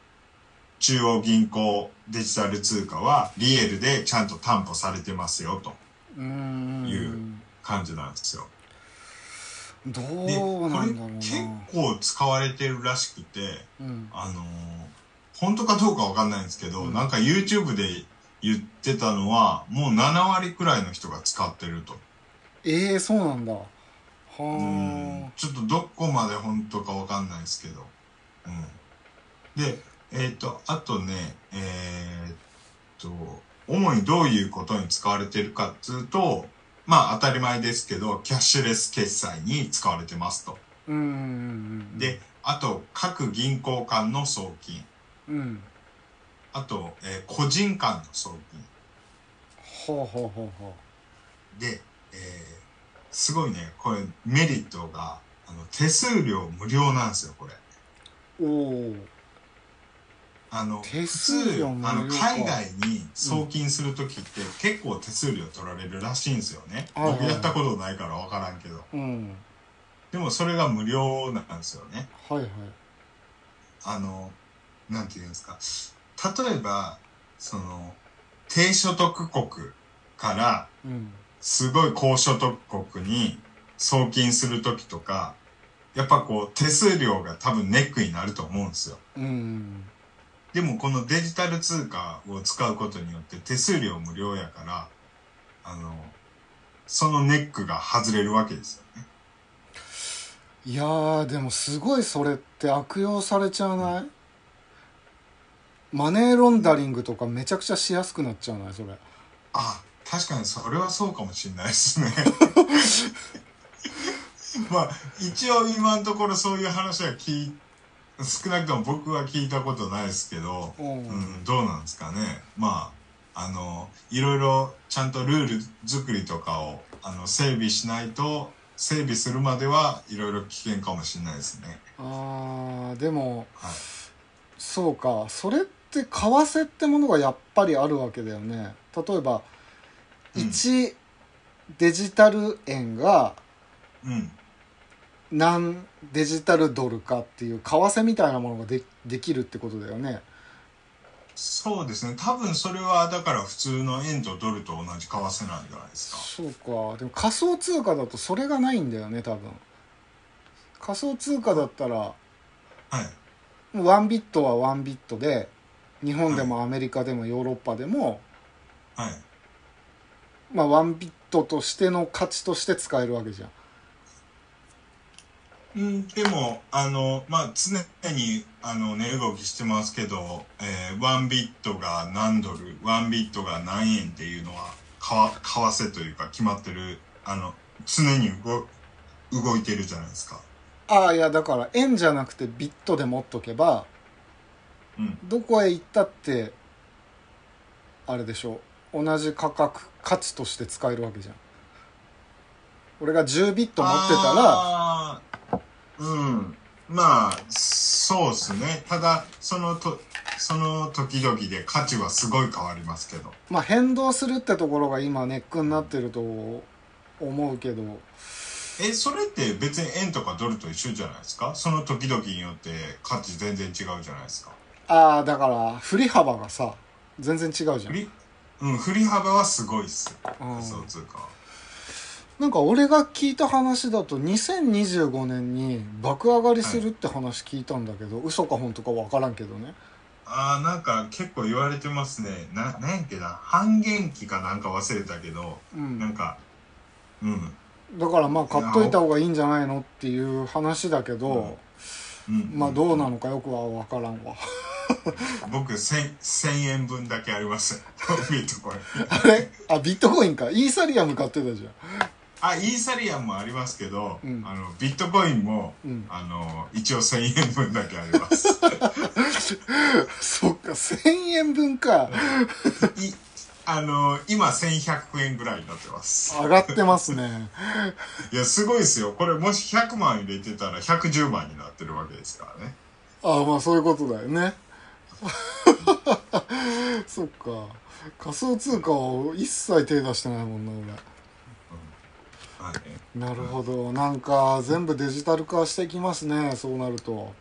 Speaker 2: 中央銀行デジタル通貨はリエルでちゃんと担保されてますよと
Speaker 1: うんうん
Speaker 2: いう
Speaker 1: うん
Speaker 2: 感じなんですよ。
Speaker 1: ど
Speaker 2: で
Speaker 1: う
Speaker 2: こ
Speaker 1: な
Speaker 2: れ
Speaker 1: んだろうな
Speaker 2: 結構使われてるらしくて
Speaker 1: うん
Speaker 2: あのー本当かどうかわかんないんですけど、
Speaker 1: うん
Speaker 2: なんか YouTube で言ってたのはもう7割くらいの人が使ってると。
Speaker 1: ええー、そうなんだは
Speaker 2: うん
Speaker 1: あ
Speaker 2: ちょっとどこまで本当かわかんないですけど。うん、で、えっ、と、あとね、えっ、と、主にどういうことに使われてるかっつうと、まあ当たり前ですけど、キャッシュレス決済に使われてますと。
Speaker 1: うんうんうんうん
Speaker 2: で、あと、各銀行間の送金。
Speaker 1: うん
Speaker 2: あと、えー個人間の送金。
Speaker 1: はあはあはあは
Speaker 2: で、えーすごいね、これメリットが、あの手数料無料なんですよ、これ。
Speaker 1: あおお
Speaker 2: あの
Speaker 1: 手
Speaker 2: 普
Speaker 1: 数
Speaker 2: 通
Speaker 1: 料
Speaker 2: あ
Speaker 1: 無料か
Speaker 2: の海外に送金する時って結構手数料取られるらしいんですよね、
Speaker 1: はいはい
Speaker 2: 僕やったことないから分からんけど
Speaker 1: うん
Speaker 2: でもそれが無料なんですよね
Speaker 1: はいはい
Speaker 2: あのなんていうんですか例えばその低所得国から
Speaker 1: うん
Speaker 2: すごい高所得国に送金する時とかやっぱこう手数料が多分ネックになると思うんですよ
Speaker 1: うん
Speaker 2: でもこのデジタル通貨を使うことによって手数料無料やから、あの、そのネックが外れるわけですよね。
Speaker 1: いやーでもすごいそれって悪用されちゃわない、マネーロンダリングとかめちゃくちゃしやすくなっちゃわないそれ
Speaker 2: あ、確かにそれはそうかもしれないですね。 まあ、一応今のところそういう話は聞い、少なくとも僕は聞いたことないですけど、
Speaker 1: うん
Speaker 2: うん、どうなんですかね。まあ、あの、いろいろちゃんとルール作りとかを、あの、整備しないと、整備するまではいろいろ危険かもしれないですね。
Speaker 1: あーでも
Speaker 2: はい。
Speaker 1: そうかそれっって為替ってものがやっぱりあるわけだよね例えば
Speaker 2: うん
Speaker 1: 1デジタル円が
Speaker 2: うん
Speaker 1: 何デジタルドルかっていう為替みたいなものがでできるってことだよね
Speaker 2: そうですね多分それはだから普通の円とドルと同じ為替なんじゃないですか
Speaker 1: そうかでも仮想通貨だとそれがないんだよね多分仮想通貨だったら
Speaker 2: はい
Speaker 1: ワンビットはワンビットで日本でもアメリカでもヨーロッパでも、
Speaker 2: はい
Speaker 1: まあ、ワンビットとしての価値として使えるわけじゃん
Speaker 2: うん、でも、あの、まあ、常に、あの、値動きしてますけど、えー、ワンビットが何ドル、ワンビットが何円っていうのは、かわ、為替というか決まってる、あの、常に動、動いてるじゃないですか。
Speaker 1: ああいやだから円じゃなくてビットで持っとけば
Speaker 2: うん。
Speaker 1: どこへ行ったってあれでしょう同じ価格価値として使えるわけじゃん俺が10ビット持ってたら
Speaker 2: ら、うん。まあ、そうですね。ただ、そのと、その時々で価値はすごい変わりますけど。
Speaker 1: まあ変動するってところが今ネックになってると思うけど
Speaker 2: えそれって別に円とかドルと一緒じゃないですかその時々によって価値全然違うじゃないですか
Speaker 1: ああだから振り幅がさ全然違うじゃ
Speaker 2: 振
Speaker 1: ん、
Speaker 2: り,、うん、振り幅はすごいっすよ
Speaker 1: うん
Speaker 2: 仮想通貨は
Speaker 1: なんか俺が聞いた話だと2025年に爆上がりするって話聞いたんだけど、嘘か本当か分からんけどね
Speaker 2: あーなんか結構言われてますねななんやっけな半減期かなんか忘れたけど
Speaker 1: う
Speaker 2: なん
Speaker 1: ん
Speaker 2: かうん
Speaker 1: だからまあ買っといた方がいいんじゃないのっていう話だけど、
Speaker 2: うん、
Speaker 1: まあどうなのかよくは分からんわ
Speaker 2: 僕 1000, 1000円分だけあります ビットコイン
Speaker 1: あれあビットコインかイーサリアム買ってたじゃ
Speaker 2: あイーサリアムもありますけど、
Speaker 1: うん
Speaker 2: あのビットコインも
Speaker 1: んうん
Speaker 2: あの一応1000円分だけあります
Speaker 1: そっか1000円分か
Speaker 2: いあの今1100円ぐらいになってます
Speaker 1: 上がってますね
Speaker 2: いやすごいですよこれもし100万入れてたら110万になってるわけですからね
Speaker 1: ああまあそういうことだよね そっか仮想通貨を一切手出してないもんな俺
Speaker 2: はい
Speaker 1: なるほどなんか全部デジタル化していきますねそうなると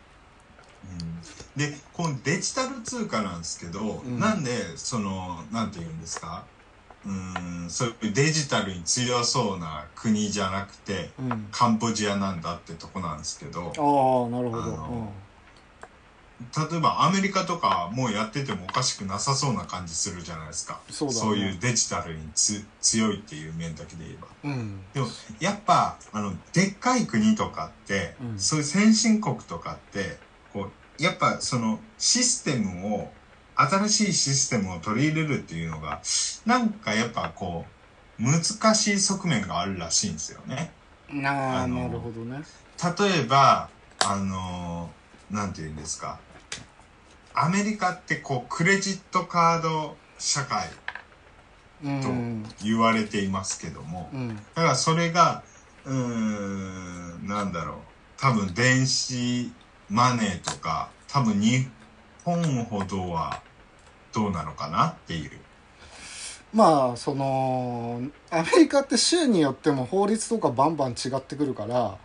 Speaker 2: うん、でこのデジタル通貨なんですけど、
Speaker 1: ん
Speaker 2: なんでそのなんて言うんですかうーんそういうデジタルに強そうな国じゃなくて
Speaker 1: うんああ
Speaker 2: カンボジアなんだってとこなんですけど
Speaker 1: なるほど
Speaker 2: あの、例えばアメリカとかもうやっててもおかしくなさそうな感じするじゃないですか
Speaker 1: そうだね
Speaker 2: いうデジタルにつ強いっていう面だけで言えば
Speaker 1: うん、うん、
Speaker 2: でもやっぱあのでっかい国とかって、
Speaker 1: うん
Speaker 2: そういう先進国とかってこうやっぱそのシステムを新しいシステムを取り入れるっていうのがなんかやっぱこう難しい側面があるらしいんですよね。
Speaker 1: ああ
Speaker 2: あの
Speaker 1: なるほどね
Speaker 2: 例えばあのなんて言うんですかアメリカってこうクレジットカード社会
Speaker 1: うん
Speaker 2: 言われていますけども、
Speaker 1: うん
Speaker 2: だからそれがうーんなんだろう多分電子マネーとか多分日本ほどはどうなのかなっていう
Speaker 1: まあそのアメリカって州によっても法律とかバンバン違ってくるから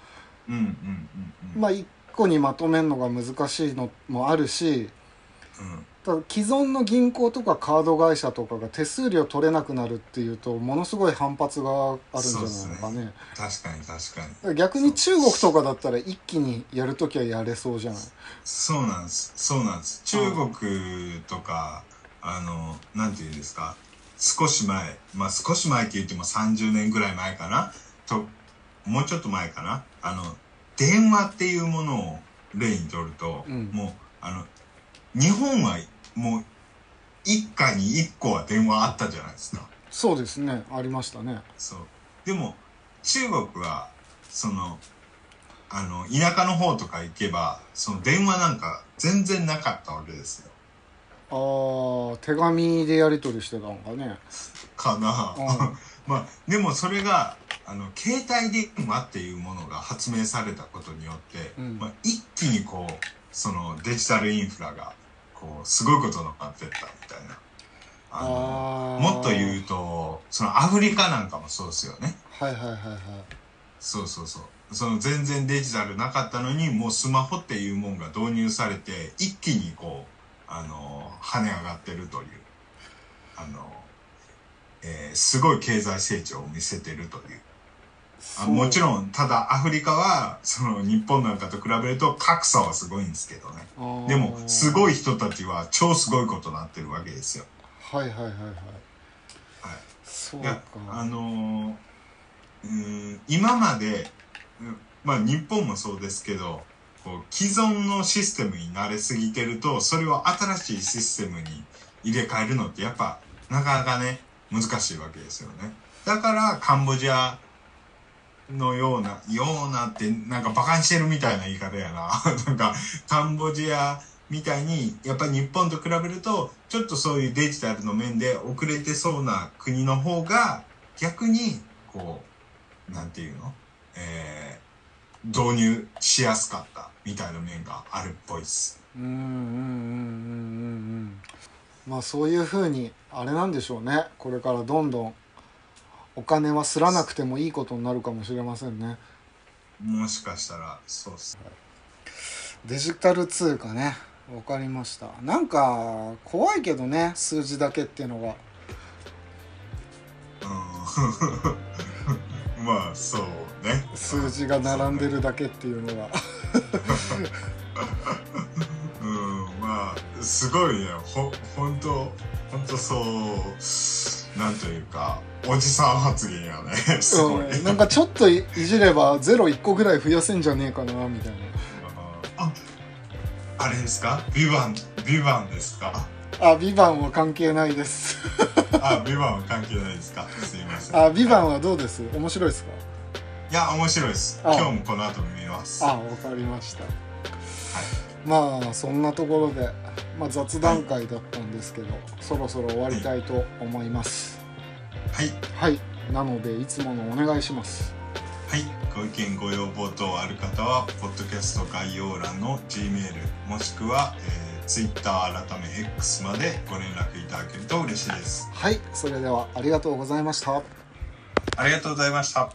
Speaker 2: うんうんうんうん、
Speaker 1: まあ一個にまとめるのが難しいのもあるし
Speaker 2: うん
Speaker 1: ただ既存の銀行とかカード会社とかが手数料取れなくなるっていうとものすごい反発があるんじゃないのかね
Speaker 2: 確かに確かに
Speaker 1: だから逆に中国とかだったら一気にやるときはやれそうじゃない
Speaker 2: そうなんですそうなんです中国とかあのなんていうんですか少し前まあ少し前って言っても30年ぐらい前かなともうちょっと前かなあの電話っていうものを例にとると、
Speaker 1: うん
Speaker 2: もうあの日本はもう一家に一個は電話あったじゃないですか
Speaker 1: そうですねありましたね
Speaker 2: そうでも中国はそのあの田舎の方とか行けばその電話なんか全然なかったわけですよ
Speaker 1: あー手紙でやり取りしてたのか ね
Speaker 2: かな、
Speaker 1: うん
Speaker 2: まあでもそれがあの携帯電話っていうものが発明されたことによって、
Speaker 1: うん
Speaker 2: まあ、一気にこうそのデジタルインフラがここうすごいことになってったみたいなあの
Speaker 1: あー
Speaker 2: もっと言うとそのアフリカなんかもそうですよね
Speaker 1: はいはいはいはい
Speaker 2: そうそうそうその全然デジタルなかったのにもうスマホっていうもんが導入されて一気にこうあの跳ね上がってるというあの、えーすごい経済成長を見せてるというあもち
Speaker 1: ん
Speaker 2: ろんただアフリカはその日本なんかと比べると格差はすごいんですけどねでもすごい人たちは超すごいことになってるわけですよ。
Speaker 1: はいはいはいはいそう
Speaker 2: い
Speaker 1: か
Speaker 2: やあのーうーん今まで、うんまあ、日本もそうですけどこう既存のシステムに慣れすぎてるとそれを新しいシステムに入れ替えるのってやっぱなかなかね難しいわけですよね。だからカンボジアのような、ようなって、なんか馬鹿にしてるみたいな言い方やな。 なんか、カンボジアみたいに、やっぱり日本と比べると、ちょっとそういうデジタルの面で遅れてそうな国の方が、逆に、こう、なんていうのえー、導入しやすかったみたいな面があるっぽいっす。
Speaker 1: うんうんうんうんうんうんまあそういうふうにあれなんでしょうねこれからどんどんお金はすらなくてもいいことになるかもしれませんね
Speaker 2: もしかしたら、そうっす。
Speaker 1: デジタル通貨ねわかりましたなんか怖いけどね数字だけっていうのが
Speaker 2: うん。 まあ、そうね。
Speaker 1: 数字が並んでるだけっていうのが
Speaker 2: うんまあすごいねほほんとほんとそうなんというかおじさん発言やね すごい、
Speaker 1: うん、なんかちょっといいじればゼロ1個ぐらい増やせんじゃねえかなみたいな
Speaker 2: ああれですか「ビバンビバンですか
Speaker 1: あビバンは関係ないです
Speaker 2: あビバンは関係ないですかすいません
Speaker 1: あビバンはどうです面白いですか
Speaker 2: いや面白いです
Speaker 1: あ
Speaker 2: 今日もこの後見ます
Speaker 1: あわかりました、まあそんなところで、まあ、雑談会だったんですけど、そろそろ終わりたいと思います
Speaker 2: はい
Speaker 1: はいなのでいつものお願いします
Speaker 2: はい、ご意見ご要望等ある方はポッドキャスト概要欄の G メールもしくは、えー、Twitter 改め X までご連絡いただけると嬉しいです
Speaker 1: はいそれではありがとうございました
Speaker 2: ありがとうございました